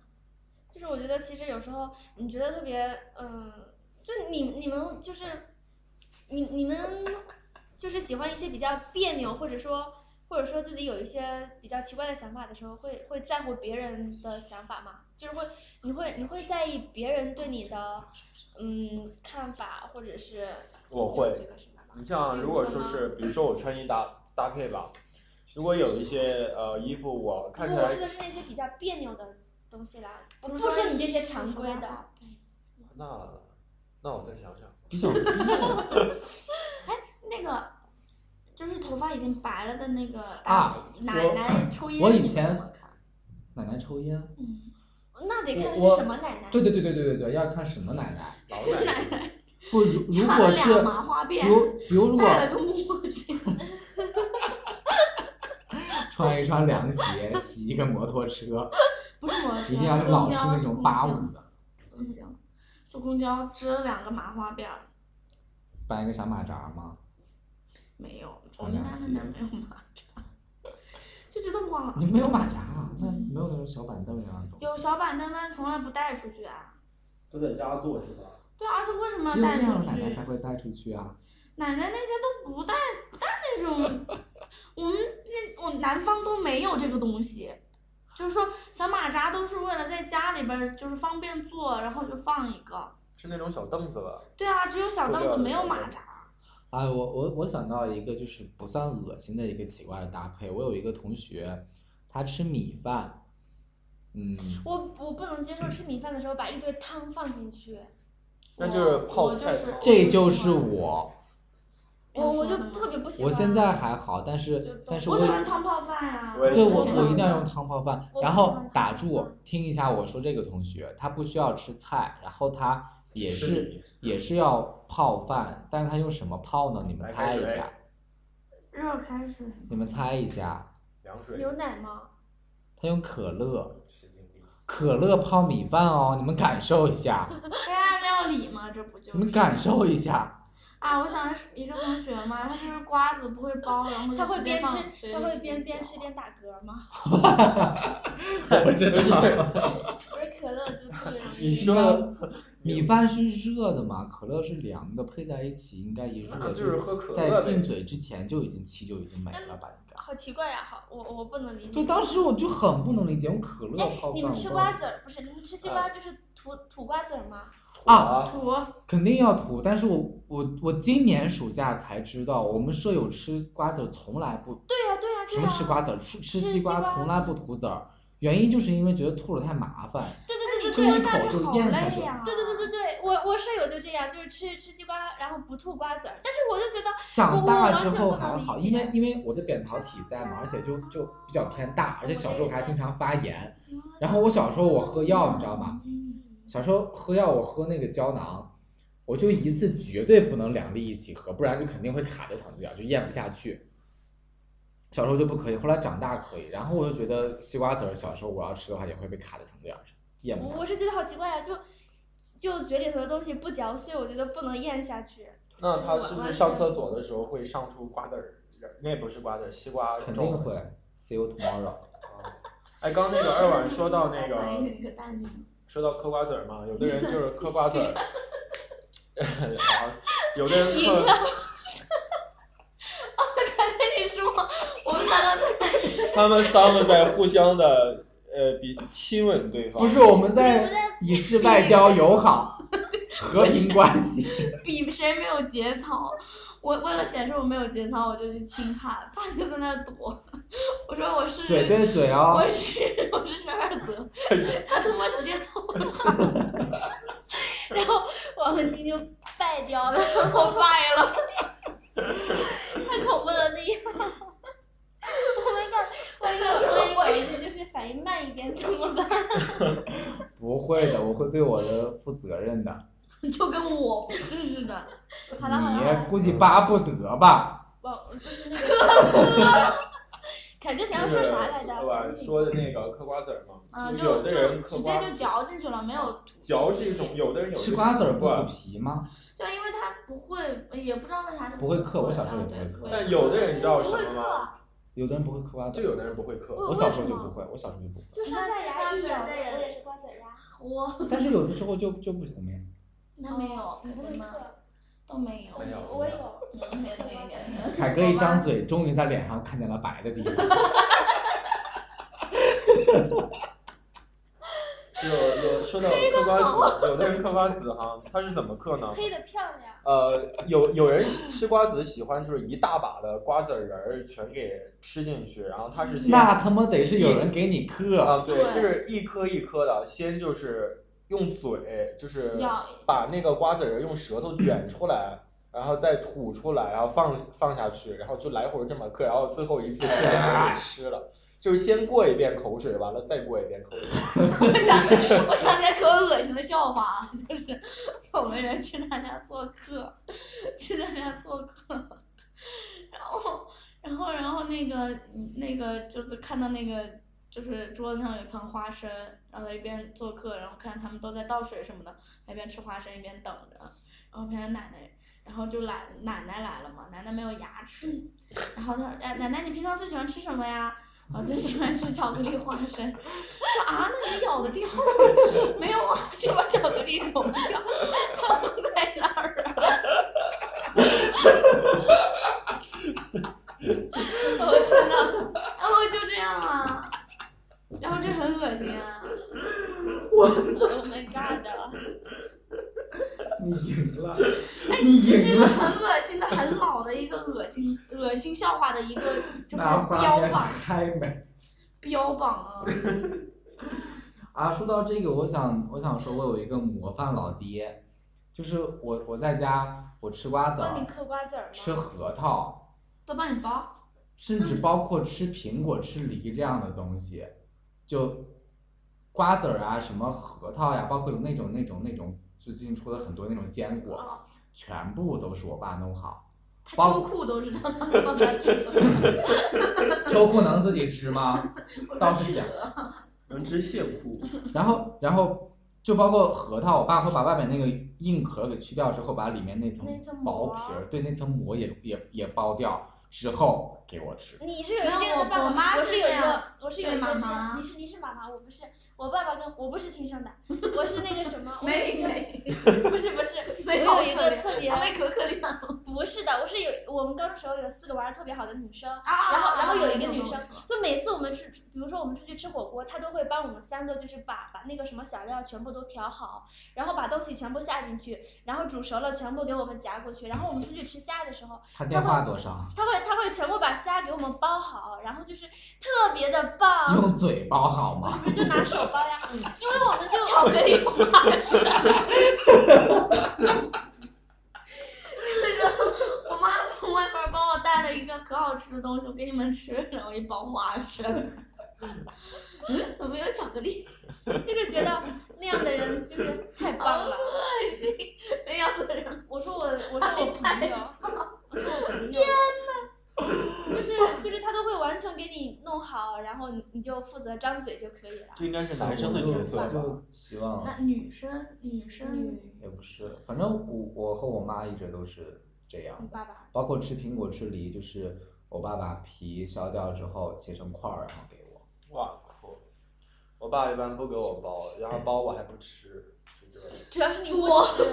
C: 就是我觉得其实有时候你觉得特别，嗯、就你你们就是，你你们就是喜欢一些比较别扭，或者说或者说自己有一些比较奇怪的想法的时候，会会在乎别人的想法吗？就是会你会你会在意别人对你的嗯看法，或者是
D: 我会
F: 这个是吧
D: 你像如果说是，比如说我穿衣搭搭配吧，如果有一些呃衣服我看起
C: 不过我
D: 来
C: 说的是那些比较别扭的东西啦，不
F: 不
C: 不
F: 是说
C: 说你这些
F: 衣服
C: 常
F: 说
C: 规
F: 要
C: 的。
F: 搭
D: 那那我再想想，
E: 比较别扭
F: 那个就是头发已经白了的那个
E: 啊
F: 大奶
E: 我
F: 奶抽烟，
E: 我以
F: 你们
E: 前
F: 怎么看？
E: 奶奶抽烟？
F: 嗯，
C: 那得看
E: 我
C: 是什么奶奶。
E: 对对对对对对对，要看什么奶 奶。
D: 老奶奶，
E: 不，如如
F: 插
E: 果
F: 了
E: 是
F: 俩麻花辫，
E: 如比如如果
F: 戴了个墨镜，
E: 穿一双凉鞋， 骑一个摩托 车，
F: 不是我
E: 一
F: 车，
E: 定要
F: 是
E: 是
F: 公
E: 老
F: 交
E: 式那种八五的，
F: 公交，坐公交织了两个麻花辫儿，
E: 搬一个小马扎嘛。
F: 没有，我
E: 穿
F: 们
E: 凉
F: 家那
E: 鞋
F: 边没有马扎， 就觉得哇，
E: 你没有马扎啊？那没有那种小板凳一样的东西。
F: 嗯有小板凳，但是从来不带出去啊。
B: 都在家做是吧？
F: 对啊，而且为什么
E: 只
F: 要
E: 有那
F: 带出
E: 样的奶奶
F: 去
E: 才？会带出去啊！
F: 奶奶那些都不带，不带那种，我们那我南方都没有这个东西。就是说，小马扎都是为了在家里边儿就是方便坐，然后就放一个。
D: 是那种小凳子吧？
F: 对啊，只有小
D: 塑
F: 凳
D: 料
F: 子，
D: 的
F: 没有
D: 小
F: 马
D: 凳
F: 扎。
E: 哎，我我我想到一个就是不算恶心的一个奇怪的搭配。我有一个同学，他吃米饭，嗯，
C: 我我不能接受吃米饭的时候把一堆汤放进去，
D: 那就是泡
F: 我就
D: 菜
F: 是
D: 汤
E: 这就是我。
F: 有
C: 我我
F: 说
C: 就
F: 的吗
C: 特别不喜欢。
E: 我现在还好，但是但是
F: 我
E: 我
F: 喜欢汤泡饭啊呀、
D: 我也
E: 对
D: 是
E: 我
D: 这
E: 我
D: 样
E: 一定
D: 的
E: 要用汤泡饭
C: 我。
E: 然
C: 不喜
E: 后
C: 欢
E: 打
C: 汤
E: 住
C: 泡
E: 我
C: 饭，
E: 听一下我说这个同学，他不需要吃菜，然后他也
D: 吃
E: 是
D: 米
E: 也是要泡饭，但是他用什么泡呢？你们
D: 嗯白
E: 猜
D: 开
E: 一
D: 水
E: 下，
F: 热开水。
E: 你们猜一下，
D: 凉水，
C: 牛奶吗？
E: 他用可乐，
D: 神经 病，
E: 可乐泡米饭哦，你们感受一下，
F: 黑暗啊料理嘛，这不就是？
E: 你们感受一 下，
F: 啊！我想是一个同学嘛，他就是瓜子不会剥，然后
C: 他
F: 就
C: 会
F: 直接
C: 边吃
F: 嗯放嘴，
C: 他
F: 里
C: 会
F: 直接
C: 边边
F: 嚼
C: 吃边打嗝吗？
E: 我知 道。
C: 不是可乐就特别容易。
D: 你说 的
E: 米饭是热的嘛，可乐是凉的，配在一起应该一热
D: 那啊就是喝可
E: 在
D: 乐
E: 进
D: 呗，
E: 嘴之前就已经气就已经没了吧，应该。
C: 好奇怪呀、好，我我不能理解。
E: 就当时我就很不能理解，用可乐
C: 哎
E: 泡饭，，
C: 你们
E: 我
C: 吃
E: 不
C: 瓜
E: 能
C: 子儿不是？你们吃西瓜就是吐吐瓜子儿吗？
E: 啊
D: 土
F: 土
E: 肯定要涂。但是我我我今年暑假才知道，我们舍友吃瓜子儿从来不
C: 对呀、对呀、
E: 什
C: 对呀、
E: 么吃瓜子儿，吃吃
C: 吃
E: 西
C: 西
E: 瓜
C: 瓜
E: 从来不吐籽儿，原因就是因为觉得吐了太麻烦，
C: 对对对
E: 就
C: 对
E: 一
C: 对。
E: 口
F: 去
E: 就
F: 好
E: 咽下去
F: 累
E: 了，
F: 呀、
C: 对对对对对，我我舍友就这样，就是吃吃西瓜，然后不吐瓜子儿。但是我就觉得
E: 长
C: 我
E: 大
C: 完
E: 之
C: 全
E: 后
C: 不能
E: 还
C: 理
E: 好，
C: 解
E: 因为因为我的扁桃体在嘛，而且就就比较偏大，而且小时候还经常发炎。
F: 嗯
E: 然后我小时候我喝药，你知道吗？小时候喝药我喝那个胶囊，我就一次绝对不能两粒一起喝，不然就肯定会卡在嗓子眼儿，就咽不下去。小时候就不可以，后来长大可以。然后我就觉得西瓜子儿，小时候我要吃的话也会被卡在嗓子眼儿上，咽不下
C: 我
E: 去。
C: 我是觉得好奇怪呀、就就嘴里头的东西不嚼碎，我觉得不能咽下去。
D: 那他是不是上厕所的时候会上出瓜子儿？那不是瓜子儿，西瓜
E: 肯
D: 种
E: 定
D: 子
E: 会。See you tomorrow。
D: 啊哎，刚那个二婉说到 那
F: 反应
D: 个，
F: 肯定淡定。
D: 说到嗑瓜子儿嘛，有的人就是嗑瓜子儿，好，有的人
C: 赢
D: 嗑
F: 刚才你说我们三个在
D: 他们三个在互相的呃比亲吻对方。
E: 不是我们
C: 我
E: 在
C: 在
E: 以示外交友好、和平关系。
F: 比谁没有节操。我为了显示我没有节操，我就去亲他，他就在那儿躲。我说我是
E: 嘴对嘴
F: 我
E: 哦，
F: 是我是十二泽， 他他妈直接凑上，
C: 然后王文静就败掉了，
F: 我败了。
C: 太恐怖了那样。Oh my god！万一我说王文静就是反应慢一点怎么办？
E: 不会的，我会对我的负责任的。
F: 就跟我不是似的。
C: 好了好了好了
E: 你，估计巴不得吧？
C: 我就是那个。凯哥想要说啥来着？
D: 二婉说的那个嗑瓜子儿嘛，
F: 嗯，
D: 是
F: 就
D: 有的人
F: 就
D: 嗑
F: 直接
D: 瓜
F: 就嚼进去了，没有吐
D: 嚼是一种，有的人有
E: 吃
D: 这
E: 瓜子儿
D: 习
E: 不
D: 惯
E: 吐皮吗？
F: 对，因为它不会，也不知道为啥就
E: 不会嗑我小时候也
F: 啊
E: 不
F: 对
E: 会嗑
F: 不会嗑。
D: 但有的人你知道
C: 不
D: 什
C: 会
D: 么吗？
C: 嗑，
E: 有的人不会嗑瓜子
D: 就
E: 儿，
D: 有的人不会嗑，
C: 我
E: 我小时候就
C: 为什
E: 不
C: 么
E: 会，我小时候就不会。
C: 就上下牙一咬，
F: 那这瓜子儿
C: 我也是瓜子牙。
F: 我
E: 但是有的时候就就不行了呀。
F: 那没有，
C: 你不会
F: 对吗？
C: 嗑？
F: 都没有。
D: 没有
C: 我有。
F: 嗯没有没有没有
E: 凯哥一张嘴，终于在脸上看见了白的地 方。
D: 就有说到嗑瓜子，有的人嗑瓜子哈，他是怎么嗑呢？
C: 黑的漂亮，
D: 呃，有有人吃瓜子喜欢就是一大把的瓜子仁儿全给吃进去，然后他是先
E: 那他妈得是有人给你嗑，
D: 啊，对，
F: 对
D: 就是一颗一颗的，先就是用嘴，就是
F: 咬
D: 把那个瓜子仁用舌头卷出来，然后再吐出来，然后放放下去，然后就来回这么嗑，然后最后一次顺着嘴给吃了。就是先过一遍口水，完了再过一遍口水。
F: 我想起我想起来可恶心的笑话啊，就是 有个人去他家做客，去他家做客，然后然后然后那个那个就是看到那个就是桌子上有一盆花生，然后他一边做客，然后看他们都在倒水什么的，他一边吃花生一边等着，然后旁边奶奶。然后就奶奶奶来了嘛，奶奶没有牙齿，然后她说：“哎，奶奶，你平常最喜欢吃什么呀？”我最喜欢吃巧克力花生，说啊，那你咬得掉吗？没有啊，就把巧克力融掉，放在那儿啊。我真的，然后哦就这样啊，然后这很恶心啊。我 Oh my god！
E: 你赢了，
F: 哎，
E: 你
F: 这是一
E: 赢
F: 个
E: 了，
F: 很恶心的、很老的一个恶心、恶心笑话的一个，就是
E: 拿
F: 标
E: 花面
F: 榜、
E: 开门。
F: 标榜啊。
E: 啊，说到这个，我想我想说，我有一个模范老爹，就是我我在家我吃瓜子
C: 帮
E: 儿
C: 你，嗑瓜子儿
E: 吃
C: 吗？
E: 核桃，
F: 都帮你包，
E: 甚
C: 嗯
E: 至包括吃苹果、吃梨这样的东西，就瓜子儿啊，什么核桃呀、包括有那种那种那种最近出了很多那种坚
C: 哦
E: 果，全部都是我爸弄好。
F: 他
E: 包
F: 秋裤都是他 妈帮他扯，
E: 秋裤能自己吃吗？ 倒是
F: 扯
E: 想。
B: 能吃蟹裤，
E: 然后，然后就包括核桃，我爸会把外面那个硬壳给去掉之后，把里面那层
C: 那层
E: 薄
C: 膜
E: 皮儿，对，那层膜也也也剥掉之后给我吃。
C: 你是有一个这样的
F: 没有我
C: 爸
F: 我妈
C: 爸，我
F: 是
C: 有一
F: 这样
C: 个，我是有一个
F: 对妈
C: 这
F: 妈
C: 样，你是你是妈妈，我不是，我爸爸跟我不是亲生的，我是那个什么，我是
F: 没
C: 一个
F: 没
C: 不是不是，
F: 没
C: 我有一个
F: 有
C: 特别
F: 他没可可里啊，
C: 不是的，我是有我们高中时候有四个玩的特别好的女生，
F: 然
C: 然后然后有一个女生，
F: 啊
C: 就每次我们去，比如说我们出去吃火锅，她都会帮我们三个就是把把那个什么小料全部都调好，然后把东西全部下进去，然后煮熟了全部给我们夹过去，然后我们出去吃虾的时候，
E: 他电话多少？
C: 她会她会全部把虾给我们包好，然后就是特别的棒。
E: 用嘴包好
C: 不是
E: 吗？
C: 不是就拿手包呀？嗯因为我们就
F: 巧克力花生，就是我妈从外边帮我带了一个可好吃的东西，我给你们吃，然后一包花生。 嗯怎么有巧克力？
C: 就是觉得那样的人就是太
F: 好
C: 棒了。
F: 恶心！那样的人，
C: 我说我我说我朋友，我说我朋 友，就是就是他都会完全给你弄好，然后你你就负责张嘴就可以了。
D: 这应该是男生的角色
E: 我
D: 吧
E: 就？就希望
F: 那女生，女生，
C: 嗯
E: 也不是，反正我我和我妈一直都是这样
C: 你
E: 的，
C: 爸爸
E: 包括吃苹果、吃梨，就是我爸把皮削掉之后切成块儿，然后给我。
D: 哇酷！我爸一般不给我包，然后包我还不吃，就这样。
C: 主要是你不吃，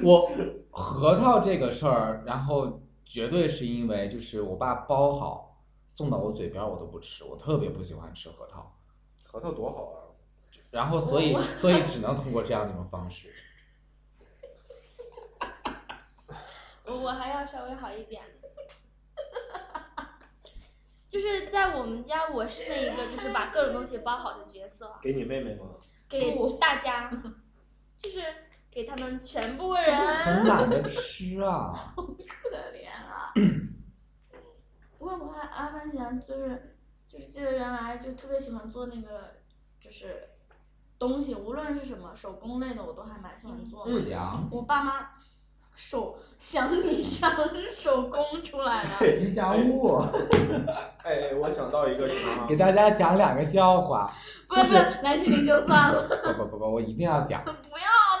E: 不， 我核桃这个事儿，然后绝对是因为就是我爸包好送到我嘴边，我都不吃，我特别不喜欢吃核桃，
D: 核桃多好啊！
E: 然后所以所以只能通过这样的一种方式。
C: 我我还要稍微好一点。 就是在我们家，我是那一个就是把各种东西包好的角色，
D: 给你妹妹吗？
C: 给
F: 不
C: 大家，就是给他们全部
E: 很
C: 人。
E: 懒得吃啊，
F: 可怜啊！我我还还蛮喜欢，就是就是记得原来就特别喜欢做那个就是东西，无论是什么手工类的，我都还蛮
E: 嗯
F: 喜欢做的。
E: 想
F: 我爸妈手想你想是手工出来的，
E: 吉祥物，
D: 哎，我想到一个什么
E: 给大家讲两个笑话。
F: 不是不是蓝精灵就算了，
E: 不不不不，我一定要讲。
F: 不要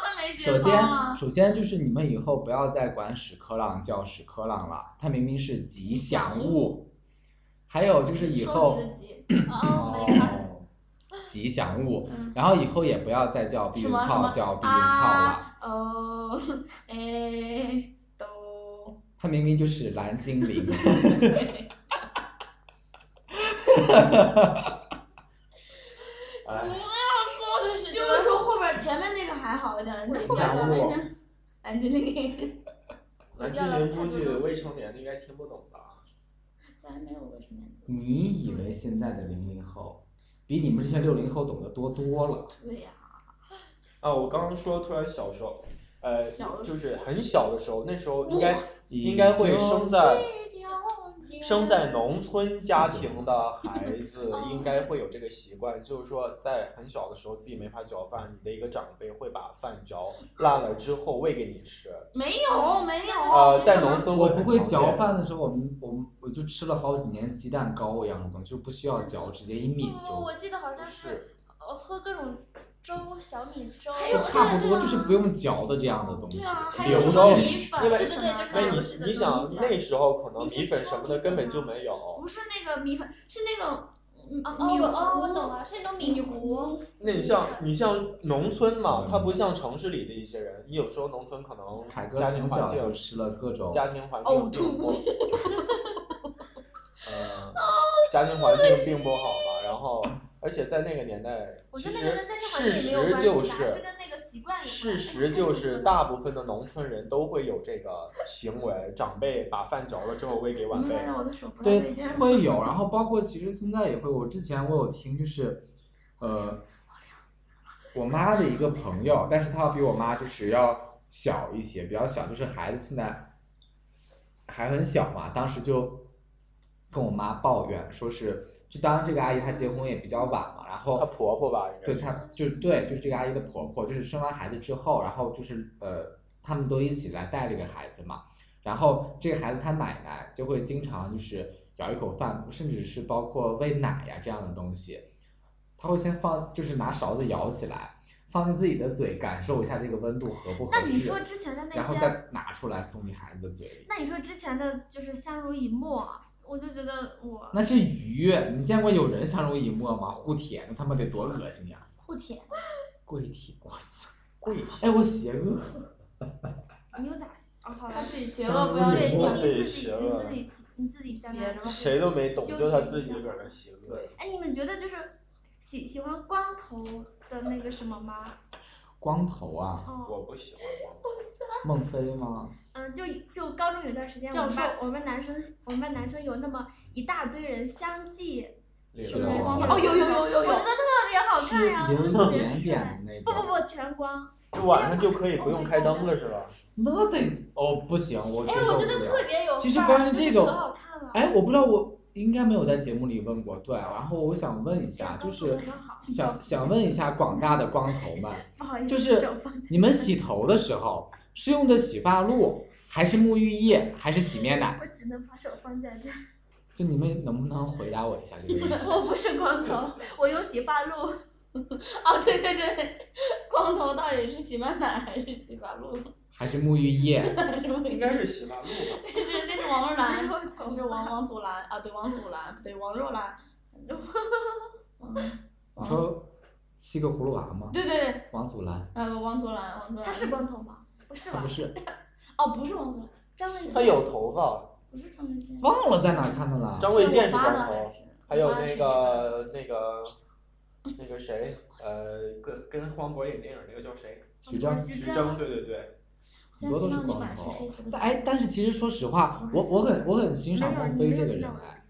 F: 他没
E: 首
F: 节操
E: 先
F: 了，。
E: 首先就是你们以后不要再管屎壳郎叫屎壳郎了，它明明是吉祥物。还有就是以后
F: 收集的集，
C: 哦，没事。
E: 吉祥物
F: 嗯，
E: 然后以后也不要再叫避
F: 什
E: 孕
F: 么什
E: 套
F: 么
E: 叫避孕套了，
F: 啊哦 哎都
E: 它明明就是蓝精 灵。
F: 不
D: 哎，
F: 要说
C: 就是
D: 哎
F: 就是说后边前还好一点，
D: 我
F: 你
D: 是想过
F: 蓝精 灵，
D: 蓝精灵估计未成年的应该听不懂吧？
F: 咱还没有未成年的。
E: 你以为现在的零零后比你们这些六零后懂得多多了？
F: 对呀、
D: 啊，我刚刚说突然小时候，呃，
F: 小
D: 就是很小的时候，那时候应
F: 哇
D: 该应该会生在生在农村家庭的孩子
F: 哦
D: 应该会有这个习惯，就是说在很小的时候自己没法嚼饭，你的一个长辈会把饭嚼烂了之后喂给你吃。
F: 没有没有，
D: 呃，在农村
E: 我不会
D: 很常
E: 嚼
D: 见，
E: 饭的时候，我们我们我就吃了好几年鸡蛋糕一样的东西，就不需要嚼，直接一
F: 哦
E: 抿
C: 不不，
E: 就
C: 我记得好像是
D: 是
C: 呃喝各种粥，小米粥，
F: 还有
E: 差不
F: 对
E: 多，
F: 啊
E: 就是不用嚼的这样的东西
F: 对。啊，还
D: 有
F: 有
D: 时候
F: 米粉，
D: 因为
F: 对对对，就是
D: 所以哎你
F: 那种
D: 你想那时候可能
F: 你是
D: 米粉
F: 说
D: 什么的
F: 米
D: 根
F: 粉
D: 本
F: 吗
D: 就没有。
F: 不是那个米粉，是那种嗯
C: 哦
F: 米
C: 哦
F: 糊，
C: 哦，我懂了，是那种米
F: 米
C: 糊
F: 糊。
D: 那你像你像农村嘛，他不像城市里的一些人，你有时候农村可能
E: 凯哥
D: 家庭
E: 从
D: 环
E: 小就
D: 境
E: 吃了各种，
F: 啊
D: 家庭环
F: 呕
D: 境并不， 呃， 家庭
C: 哦
D: 环境并不好嘛。然后，而且在那个年代，
C: 我
D: 其
C: 觉
D: 实
C: 得那个跟家庭环
D: 事
C: 境也没有
D: 实就
C: 关系吧，
D: 是
C: 是跟那个习惯有关。
D: 事实就是，大部分的农村人都会有这个行为，长辈把饭嚼了之后喂给晚
F: 你
D: 辈啊
C: 嗯
F: 看。嗯到我的手不太
E: 对
F: 劲儿，
E: 会有，然后包括其实现在也会，我之前我有听就是，呃，我妈的一个朋友，但是她比我妈就是要小一些，比较小，就是孩子现在还很小嘛，当时就跟我妈抱怨，说是就当然这个阿姨她结婚也比较晚嘛，然后
D: 她婆婆吧，应该
E: 对，
D: 是
E: 她就是对，就是这个阿姨的婆婆，就是生完孩子之后，然后就是呃，他们都一起来带这个孩子嘛。然后这个孩子他奶奶就会经常就是舀一口饭，甚至是包括喂奶呀这样的东西，他会先放，就是拿勺子舀起来，放进自己的嘴，感受一下这个温度合不合
F: 那
E: 适，
F: 你说之前的那
E: 然后
F: 些，
E: 再拿出来送你孩子的嘴里，
F: 那你说之前的就是相濡以沫，啊我就觉得我
E: 那是愉悦。你见过有人相濡以沫吗？互舔，那他妈得多恶心呀！
F: 互舔，
E: 跪舔，我操！
D: 跪
E: 哎，我邪恶。
F: 你又咋啊？好了，
G: 自己邪
E: 恶不要
F: 对
E: 我
F: 你你自己
D: 邪恶
F: 你自己写你自己想想。
D: 谁都没懂，
C: 纠
D: 就她
C: 结一
D: 自己
C: 下
D: 搁那邪恶。
C: 哎，你们觉得就是喜喜欢光头的那个什么吗？
E: 光头啊，
C: 哦，
D: 我不喜欢光
E: 孟
D: 头，
E: 非吗？
C: 嗯，就就高中有一段时间，我
F: 教
C: 们
F: 授
C: 班我们男生我们班男生有那么一大堆人相继
D: 理
E: 是
D: 论
E: 吗
D: 光
E: 哦
D: 头
F: 有有有有
C: 我觉得特别好看
E: 是
C: 呀，
E: 有一
C: 啊特别
E: 点
C: 帅。
E: 点的那
C: 不不
E: 种。
C: 不，全光，
D: 就晚上就可以不用开灯了，是 吧？
E: 那得哦，不行，我接
C: 哎，
E: 受不
C: 我觉得特
E: 了。
C: 别有范儿，
E: 其实关于这个
C: 可好看了。
E: 哎，我不知道，我应该没有在节目里问过。对，啊然后我想问一下，就是想想问一下广大的光头们，
C: 不好意思，
E: 就是
C: 手放在
E: 你们洗头的时候是用的洗发露，还是沐浴液，还是洗面奶？
C: 我只能把手放在这儿。
E: 就你们能不能回答 我一下这个问题？
C: 我不是光头，我用洗发露。
F: 哦，对对对，光头到底是洗面奶还是洗发露？
E: 还是沐浴液？
F: 还是沐浴
D: 应该是洗发露吧。
F: 那是那是 王若兰，
C: 后
F: 那是王王祖蓝啊，对王祖蓝，不对王若兰。 嗯
E: 你说七个葫芦娃吗？
F: 对对对，
E: 王祖蓝，
F: 呃，王祖蓝，王祖蓝。
C: 他是光头吗？不是
E: 他
C: 吧
E: 不？是
F: 哦，不是王祖蓝，
C: 张卫
D: 他
C: 健
D: 有头发，
F: 不是张卫健。
E: 忘了在哪看的了。
D: 张卫
F: 对
D: 健
F: 我
D: 是
F: 发
D: 光
F: 的
D: 头
F: 还。是？
D: 还有
F: 我发的
D: 那
F: 是
D: 个那个那个谁，呃，跟跟黄渤演电影那个叫谁？
E: 徐峥。
D: 徐峥，对对对，
E: 很多都是
F: 现在希望你
E: 广
F: 满是黑
E: 告
F: 头。的。
E: 但哎，但是其实说实话，我我很我很欣赏孟非这个人哎，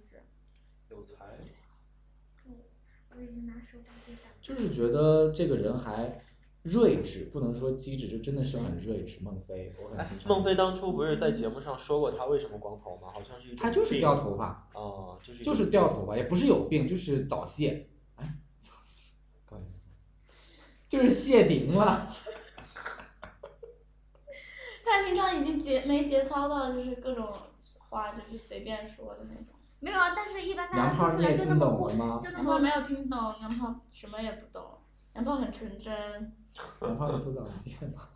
D: 有才。
C: 我已经拿手把这打。
E: 就是觉得这个人还睿智，不能说机智，就真的是很睿智。孟非，我很
D: 哎
E: 欣，赏。
D: 孟非，当初不是在节目上说过他为什么光头吗？好像是一种
E: 他就是
D: 病
E: 掉头发，
D: 啊，就是一
E: 就
D: 种
E: 是
D: 病
E: 掉头发，也不是有病，就是早泄。哎，早泄，不好意思，就是谢顶了。
F: 他平常已经节没节操到，就是各种话就是随便说的那种。
C: 没有啊，但是一般大
E: 杨
C: 家说
E: 胖，
C: 出
E: 你
C: 来
E: 也
C: 就那
E: 听
C: 么
E: 懂
C: 不
E: 了吗？
C: 就那
F: 杨炮
C: 么
F: 没有听懂，杨炮什么也不懂，杨炮很纯真，
E: 杨胖你不早泄吗？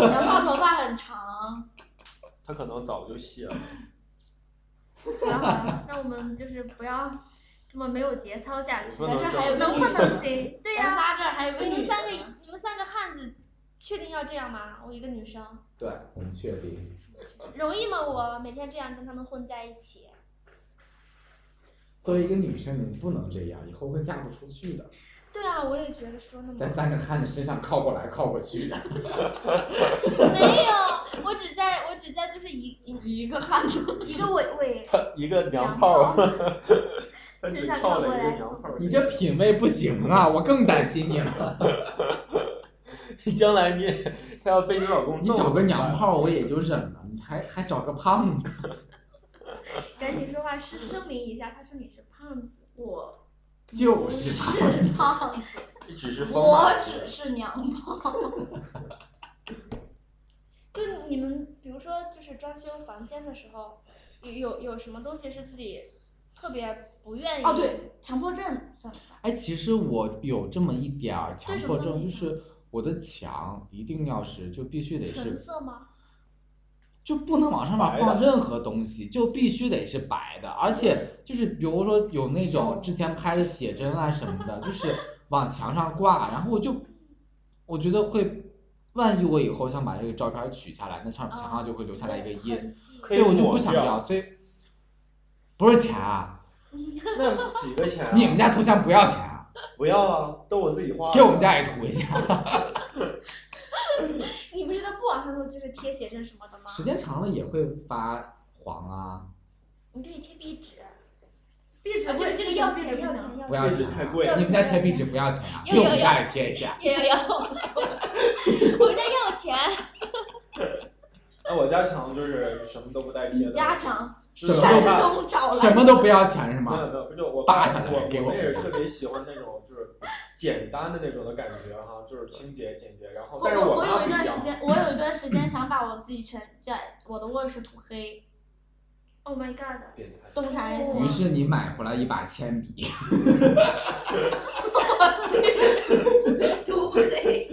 F: 杨炮头发很长。
D: 他可能早就卸了。
C: 好了好了，那啊我们就是不要这么没有节操下去。
D: 不
F: 咱
D: 能
F: 这
D: 这
F: 还有
D: 样
C: 能不 能行？对
F: 咱
C: 呀、
F: 仨这儿还有个
C: 你
F: 女
C: 们
F: 的
C: 三个，你们三个汉子，确定要这样吗？我一个女生，
E: 对，我们确定。
C: 容易吗？我每天这样跟他们混在一起，
E: 作为一个女生，你不能这样，以后会嫁不出去的。
C: 对啊，我也觉得说那么
E: 在三个汉子身上靠过来靠过去的。
C: 没有，我只在我只在就是一一
F: 一个汉子，
C: 一个尾尾
D: 他一个娘
C: 娘
D: 炮
C: 炮
D: 儿，，他只
C: 身上
D: 靠
C: 靠
D: 了
C: 过
D: 一个
C: 来
D: 娘炮儿。
E: 你这品味不行啊，我更担心你了。
D: 你将来你也他要被你老公
E: 你
D: 揍
E: 找个
D: 怎么
E: 娘
D: 办，
E: 炮我也就忍了，你还还找个胖子，
C: 赶紧说话是声明一下，他说你是胖子，我
E: 就
F: 不
E: 是
F: 是
E: 胖子。
F: 胖子，
D: 只是风
F: 我
D: 马
F: 只是娘炮。
C: 就你们比如说就是装修房间的时候，有有有什么东西是自己特别不愿意
F: 哦，对，强迫症算了吧。
E: 哎，其实我有这么一点儿强
C: 对什
E: 迫
C: 么东
E: 症，
C: 西
E: 就
C: 强
E: 是我的墙一定要是就必须得
C: 纯
E: 是，
C: 色吗？
E: 就不能往上面
D: 白
E: 放
D: 的
E: 任何东西，就必须得是白的。而且就是比如说有那种之前拍的写真啊什么的，就是往墙上挂，然后我就我觉得会，万一我以后想把这个照片取下来，那上墙上就会留下来一个印，
C: 痕迹
D: 可以
E: 对我就
D: 抹
E: 不想
D: 掉
E: 要，所以不是钱啊，
D: 那几个钱啊？
E: 你们家头像不要钱啊。
D: 不要啊，都我自己花。
E: 给我们家也涂一下。
C: 你不是在不网上都就是贴写真什么的吗？
E: 时间长了也会发黄啊，
C: 你可以贴壁纸，
F: 壁纸
C: 啊这个
F: 会
C: 这个
F: 壁纸
C: 要
F: 壁纸
C: 钱
F: 不
C: 要
F: 行
C: 钱要
E: 不要
C: 钱。
E: 钱、
D: 这
E: 啊。
D: 太贵
C: 了
E: 你们家贴壁纸不要钱啊，
C: 有
E: 给我们
C: 有
E: 家也贴一下。
C: 有有有， 我们家要钱，
D: 那我家强就是什么都不带贴的。
F: 加强
D: 就是
E: 什
D: 我
E: 么
F: 山
E: 都
D: 爸
F: 东找来，
E: 什么都不要钱是
D: 没有
E: 吗？
D: 没有，就我
E: 扒
D: 爸
E: 下来
D: 我
E: 给我
D: 我妹
E: 们
D: 是
E: 家
D: 特别喜欢那种就是简单的那种的感觉哈，就是清洁简洁。然后，
F: 我
D: 但是
F: 我我
D: 妈
F: 有一
D: 不
F: 段
D: 一
F: 时
D: 样，
F: 间，我有一段时间想把我自己全在我的卧室涂黑，
C: Oh my god！
D: 变态。
F: 懂啥意思
E: 于
F: 吗？
E: 是你买回来一把铅笔，
C: 涂黑，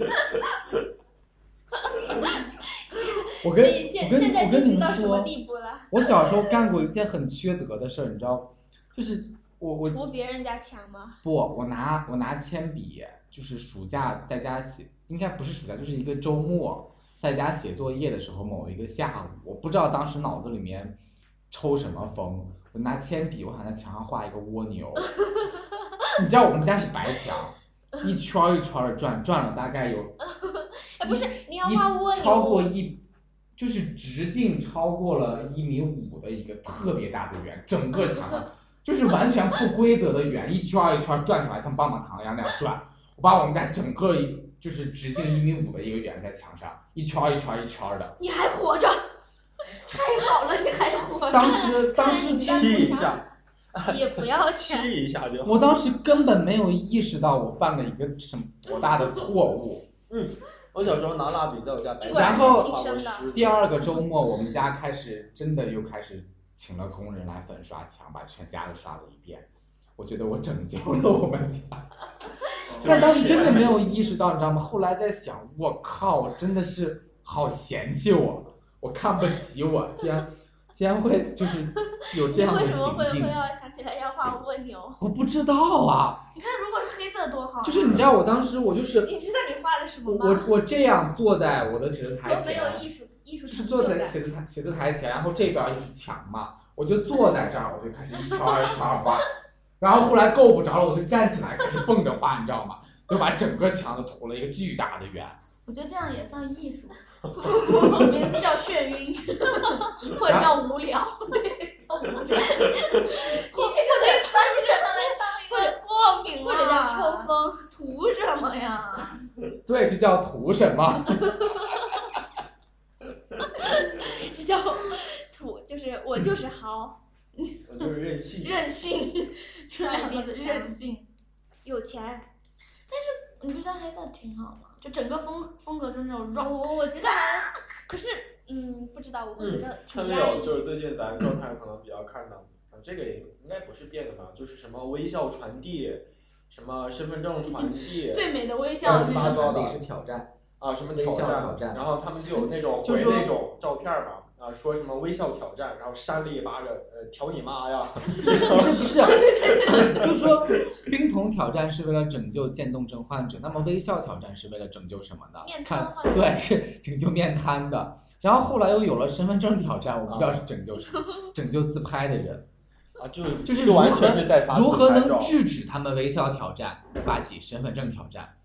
E: 我
C: 所
E: 跟
C: 以现
E: 我跟
C: 现在
E: 我跟你
C: 进行到
E: 们
C: 什么
E: 说，
C: 地步了？
E: 我小时候干过一件很缺德的事儿，你知道，就是我我
C: 涂别人家墙吗？
E: 不，我拿我拿铅笔，就是暑假在家写，应该不是暑假，就是一个周末在家写作业的时候，某一个下午，我不知道当时脑子里面抽什么风，我拿铅笔，我想在墙上画一个蜗牛。 你知道我们家是白墙，一圈儿一圈的转，转了大概有
C: 哎，不是，你要
E: 一
C: 画蜗牛，
E: 超过一，就是直径超过了一米五的一个特别大的圆，整个墙 上就是完全不规则的圆，一圈儿一圈儿转出来，像棒棒糖一样那样转。我把我们家整个一就是直径一米五的一个圆在墙上，一圈儿一圈儿一圈儿的。
F: 你还活 着，太好了，你还活着。
E: 当时当时
C: 看
E: 其
C: 来
E: 实
C: 你
D: 吸一下，
C: 也不要
D: 吸
C: 钱。
D: 一下就好。
E: 我当时根本没有意识到我犯了一个什么多大的错误。
D: 嗯我小时候拿蜡笔在我家白
C: 你
D: 墙
C: 果
E: 然
D: 上
E: 是
D: 画
C: 亲
D: 过
C: 生的
D: 狮子。
E: 第二个周末，我们家开始真的又开始请了工人来粉刷墙，把全家都刷了一遍。我觉得我拯救了我们 家，
D: 就是
E: 但当时真的没有
D: 学妹
E: 意识到，你知道吗？后来在想，我靠，我真的是好嫌弃我，我看不起我，竟然竟然会就是有这
C: 你
E: 样
C: 为
E: 的
C: 什么
E: 行
C: 会会
E: 径，
C: 要想起来要画蜗 牛？
E: 我不知道啊。
F: 你看，如果是黑色多好啊，
E: 就是你知道，我当时我就是
C: 你知道你画了什
E: 我
C: 么
E: 我
C: 吗？
E: 我这样坐在我的写字台
C: 多没
E: 前，
C: 有艺术艺术
E: 就是
C: 成
E: 坐
C: 就
E: 在
C: 感。
E: 写字台写字台前，然后这边儿就是墙嘛，我就
C: 嗯
E: 坐在这儿，我就开始一圈儿一圈儿画，然后后来够不着了，我就站起来开始蹦着画，你知道吗？就把整个墙都涂了一个巨大的圆，
F: 我觉得这样也算艺术，名字叫眩晕，或者叫无聊，对，叫无聊。
C: 你这个得拍下来，
F: 当一个作品
C: 或者叫抽
F: 啊，
C: 风。
F: 图什么呀？
E: 对，这叫图什么？
C: 这叫土，就是我就是豪，
D: 我就是任性。
F: 任性，就两个字，任性。
C: 有钱。
F: 你不觉得黑色挺好吗？就整个风风格就是那种 rock，
C: 我我觉得还，可是嗯，不知道，我会觉得
D: 看
C: 挺
D: 没
C: 压
D: 有，
C: 抑。
D: 就是最近咱状态可能比较看到，啊这个也应该不是变的吧？就是什么微笑传递，什么身份证传递
F: 最美的微笑
D: 乱
F: 是
D: 七
F: 那
D: 八
F: 种
D: 糟的
E: 挑战，
D: 啊，什么
E: 微
D: 挑
E: 笑
D: 战，
E: 挑战
D: 然后他们就有那种
E: 就
D: 回
E: 说
D: 那种照片嘛，啊，说什么微笑挑战，然后扇了一巴掌，呃，挑你妈 呀！
E: 不是不 是， 就说冰桶挑战是为了拯救渐冻症患者，那么微笑挑战是为了拯救什么呢？
C: 面
E: 看
C: 瘫患者
E: 对，是拯救面瘫 的。然后后来又有了身份证挑战，我不知道是拯救什么，拯救自拍的人。
D: 啊，啊，就是
E: 就是
D: 就
E: 如
D: 完
E: 何
D: 全是在发自
E: 如何
D: 拍
E: 能
D: 照
E: 制止他们微笑挑战，发起身份证挑战？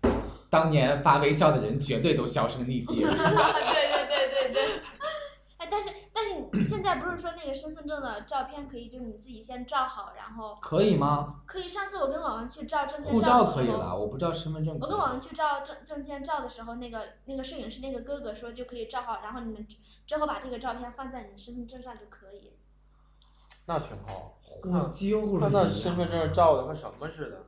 E: 当年发微笑的人绝对都销声匿迹了。
F: 对对对对对，
C: 哎，但是但是你现在不是说那个身份证的照片可以，就是你自己先照好，然后
E: 可以吗？
C: 可以。上次我跟网文去照证件
E: 护
C: 照
E: 照
C: 的时
E: 可以
C: 候
E: 了，我不知道身份证可
C: 我嗯
E: 以
C: 跟网文去照证证件照的时候，那个那个摄影师那个哥哥说就可以照好，然后你们之之后把这个照片放在你身份证上就可以。
D: 那挺好。
E: 我就
D: 他
E: 是
D: 那
E: 你
D: 身份证照的和什么似的，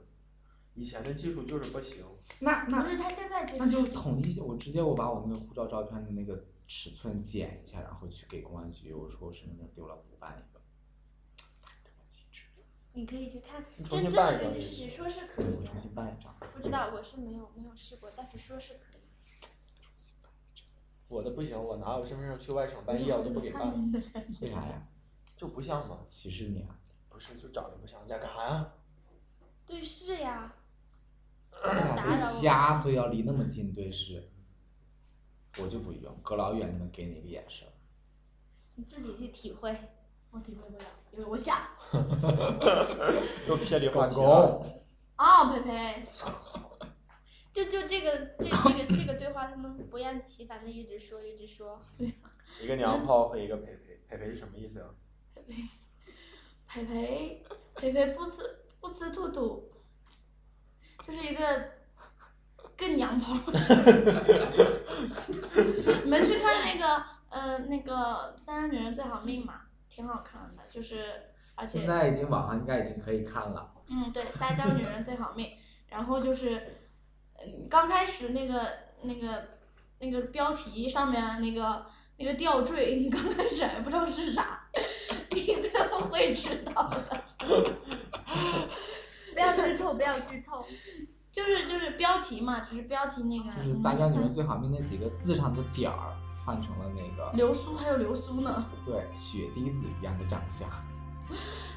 D: 以前的技术就是不行。
E: 那
F: 不
E: 那
F: 是他现在其
E: 那就
F: 实
E: 统一，我直接我把我那个护照照片的那个尺寸剪一下，然后去给公安局，我说我身份证丢了，补办一个。
C: 你可以去看，
D: 你重
C: 真
D: 新
C: 真
D: 办一
C: 的可
D: 张
C: 以去试试，说是可以
E: 我
C: 的
E: 重。新办一张。
C: 不知道，我是没有没有试过，但是说是可以。
D: 我的不行，我拿我身份证去外省办业，我都不给办，
E: 为啥呀？
D: 就不像嘛。
E: 歧视你 啊？
D: 不是，就长得不像，人家干啥呀？
C: 对视呀，不
E: 我
C: 要
E: 俩都
C: 打扰我。
E: 瞎，所以要离那么近对视。我就不用，隔老远就能给你一个眼神。
C: 你自己去体会。
F: 我体会不了，因为我傻。
D: 又偏离话
E: 狗
D: 题了。
E: 狗，
F: 啊，佩佩，
C: 就就这个这这个这个对话，他们不厌其烦的一直说一直说。
D: 一个娘炮和一个陪陪，陪陪是什么意思呀、啊
F: 佩佩，佩佩不吃不吃兔兔，就是一个更娘炮。 你们去看那个呃那个《三个女人最好命》嘛，挺好看的，就是而且
E: 现在已经网上应该已经可以看了。
F: 嗯，对，撒娇女人最好命。然后就是，嗯，刚开始那个那个那个标题上面那个那个吊坠，你刚开始还不知道是啥，你最后会知道的。
C: 不要剧透，不要剧透。
F: 就是就是标题嘛，只是标题那
D: 嗯
F: 个。
E: 就是“撒娇女人最好命”那几个字上的点儿换成了那个
F: 流苏还有流苏呢。
E: 对雪滴子一样的长相。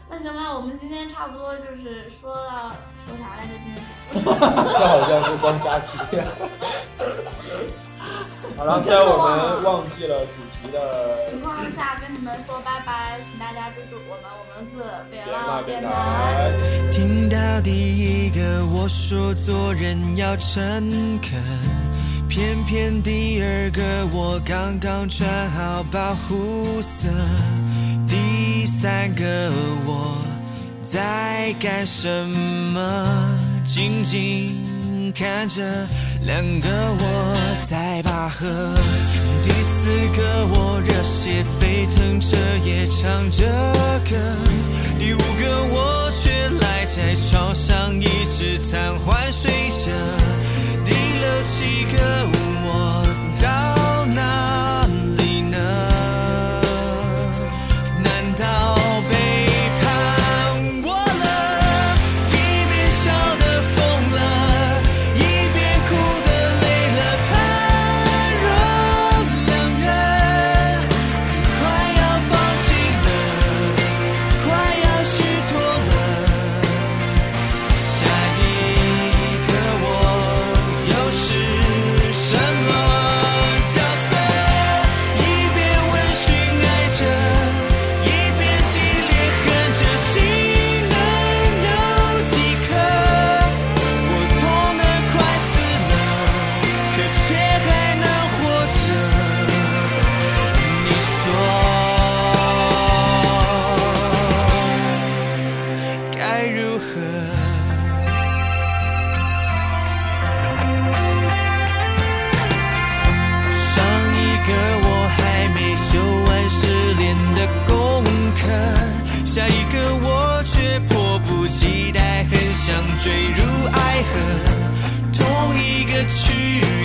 F: 那行吧，我们今天差不多就是说到说啥来着？今天。
D: 这好像是光瞎批。好了，在我们忘记了主题的
F: 情况下跟你们说拜拜，请大家支持我们，我们是别浪
D: 电
F: 电
D: 台
F: 台。。
A: 听到第一个我说做人要诚恳，偏偏第二个我刚刚穿好保护色，第三个我在干什么？静静看着两个我在拔河，第四个我热血沸腾着也唱着歌。第五个我却赖在床上一直瘫痪睡着，第六七个我到哪里呢？难道背叛我了？一边笑得疯了，一边哭得累了，判若两人，快要放弃了。快要虚脱了，下一个我又是什么角色？一边温驯爱着，一边激烈恨着，心能有几颗？我痛得快死了，可却还能活着。你说该如何？上一个我还没修完失恋的功课，下一个我却迫不及待，很想坠入爱河。同一个区域，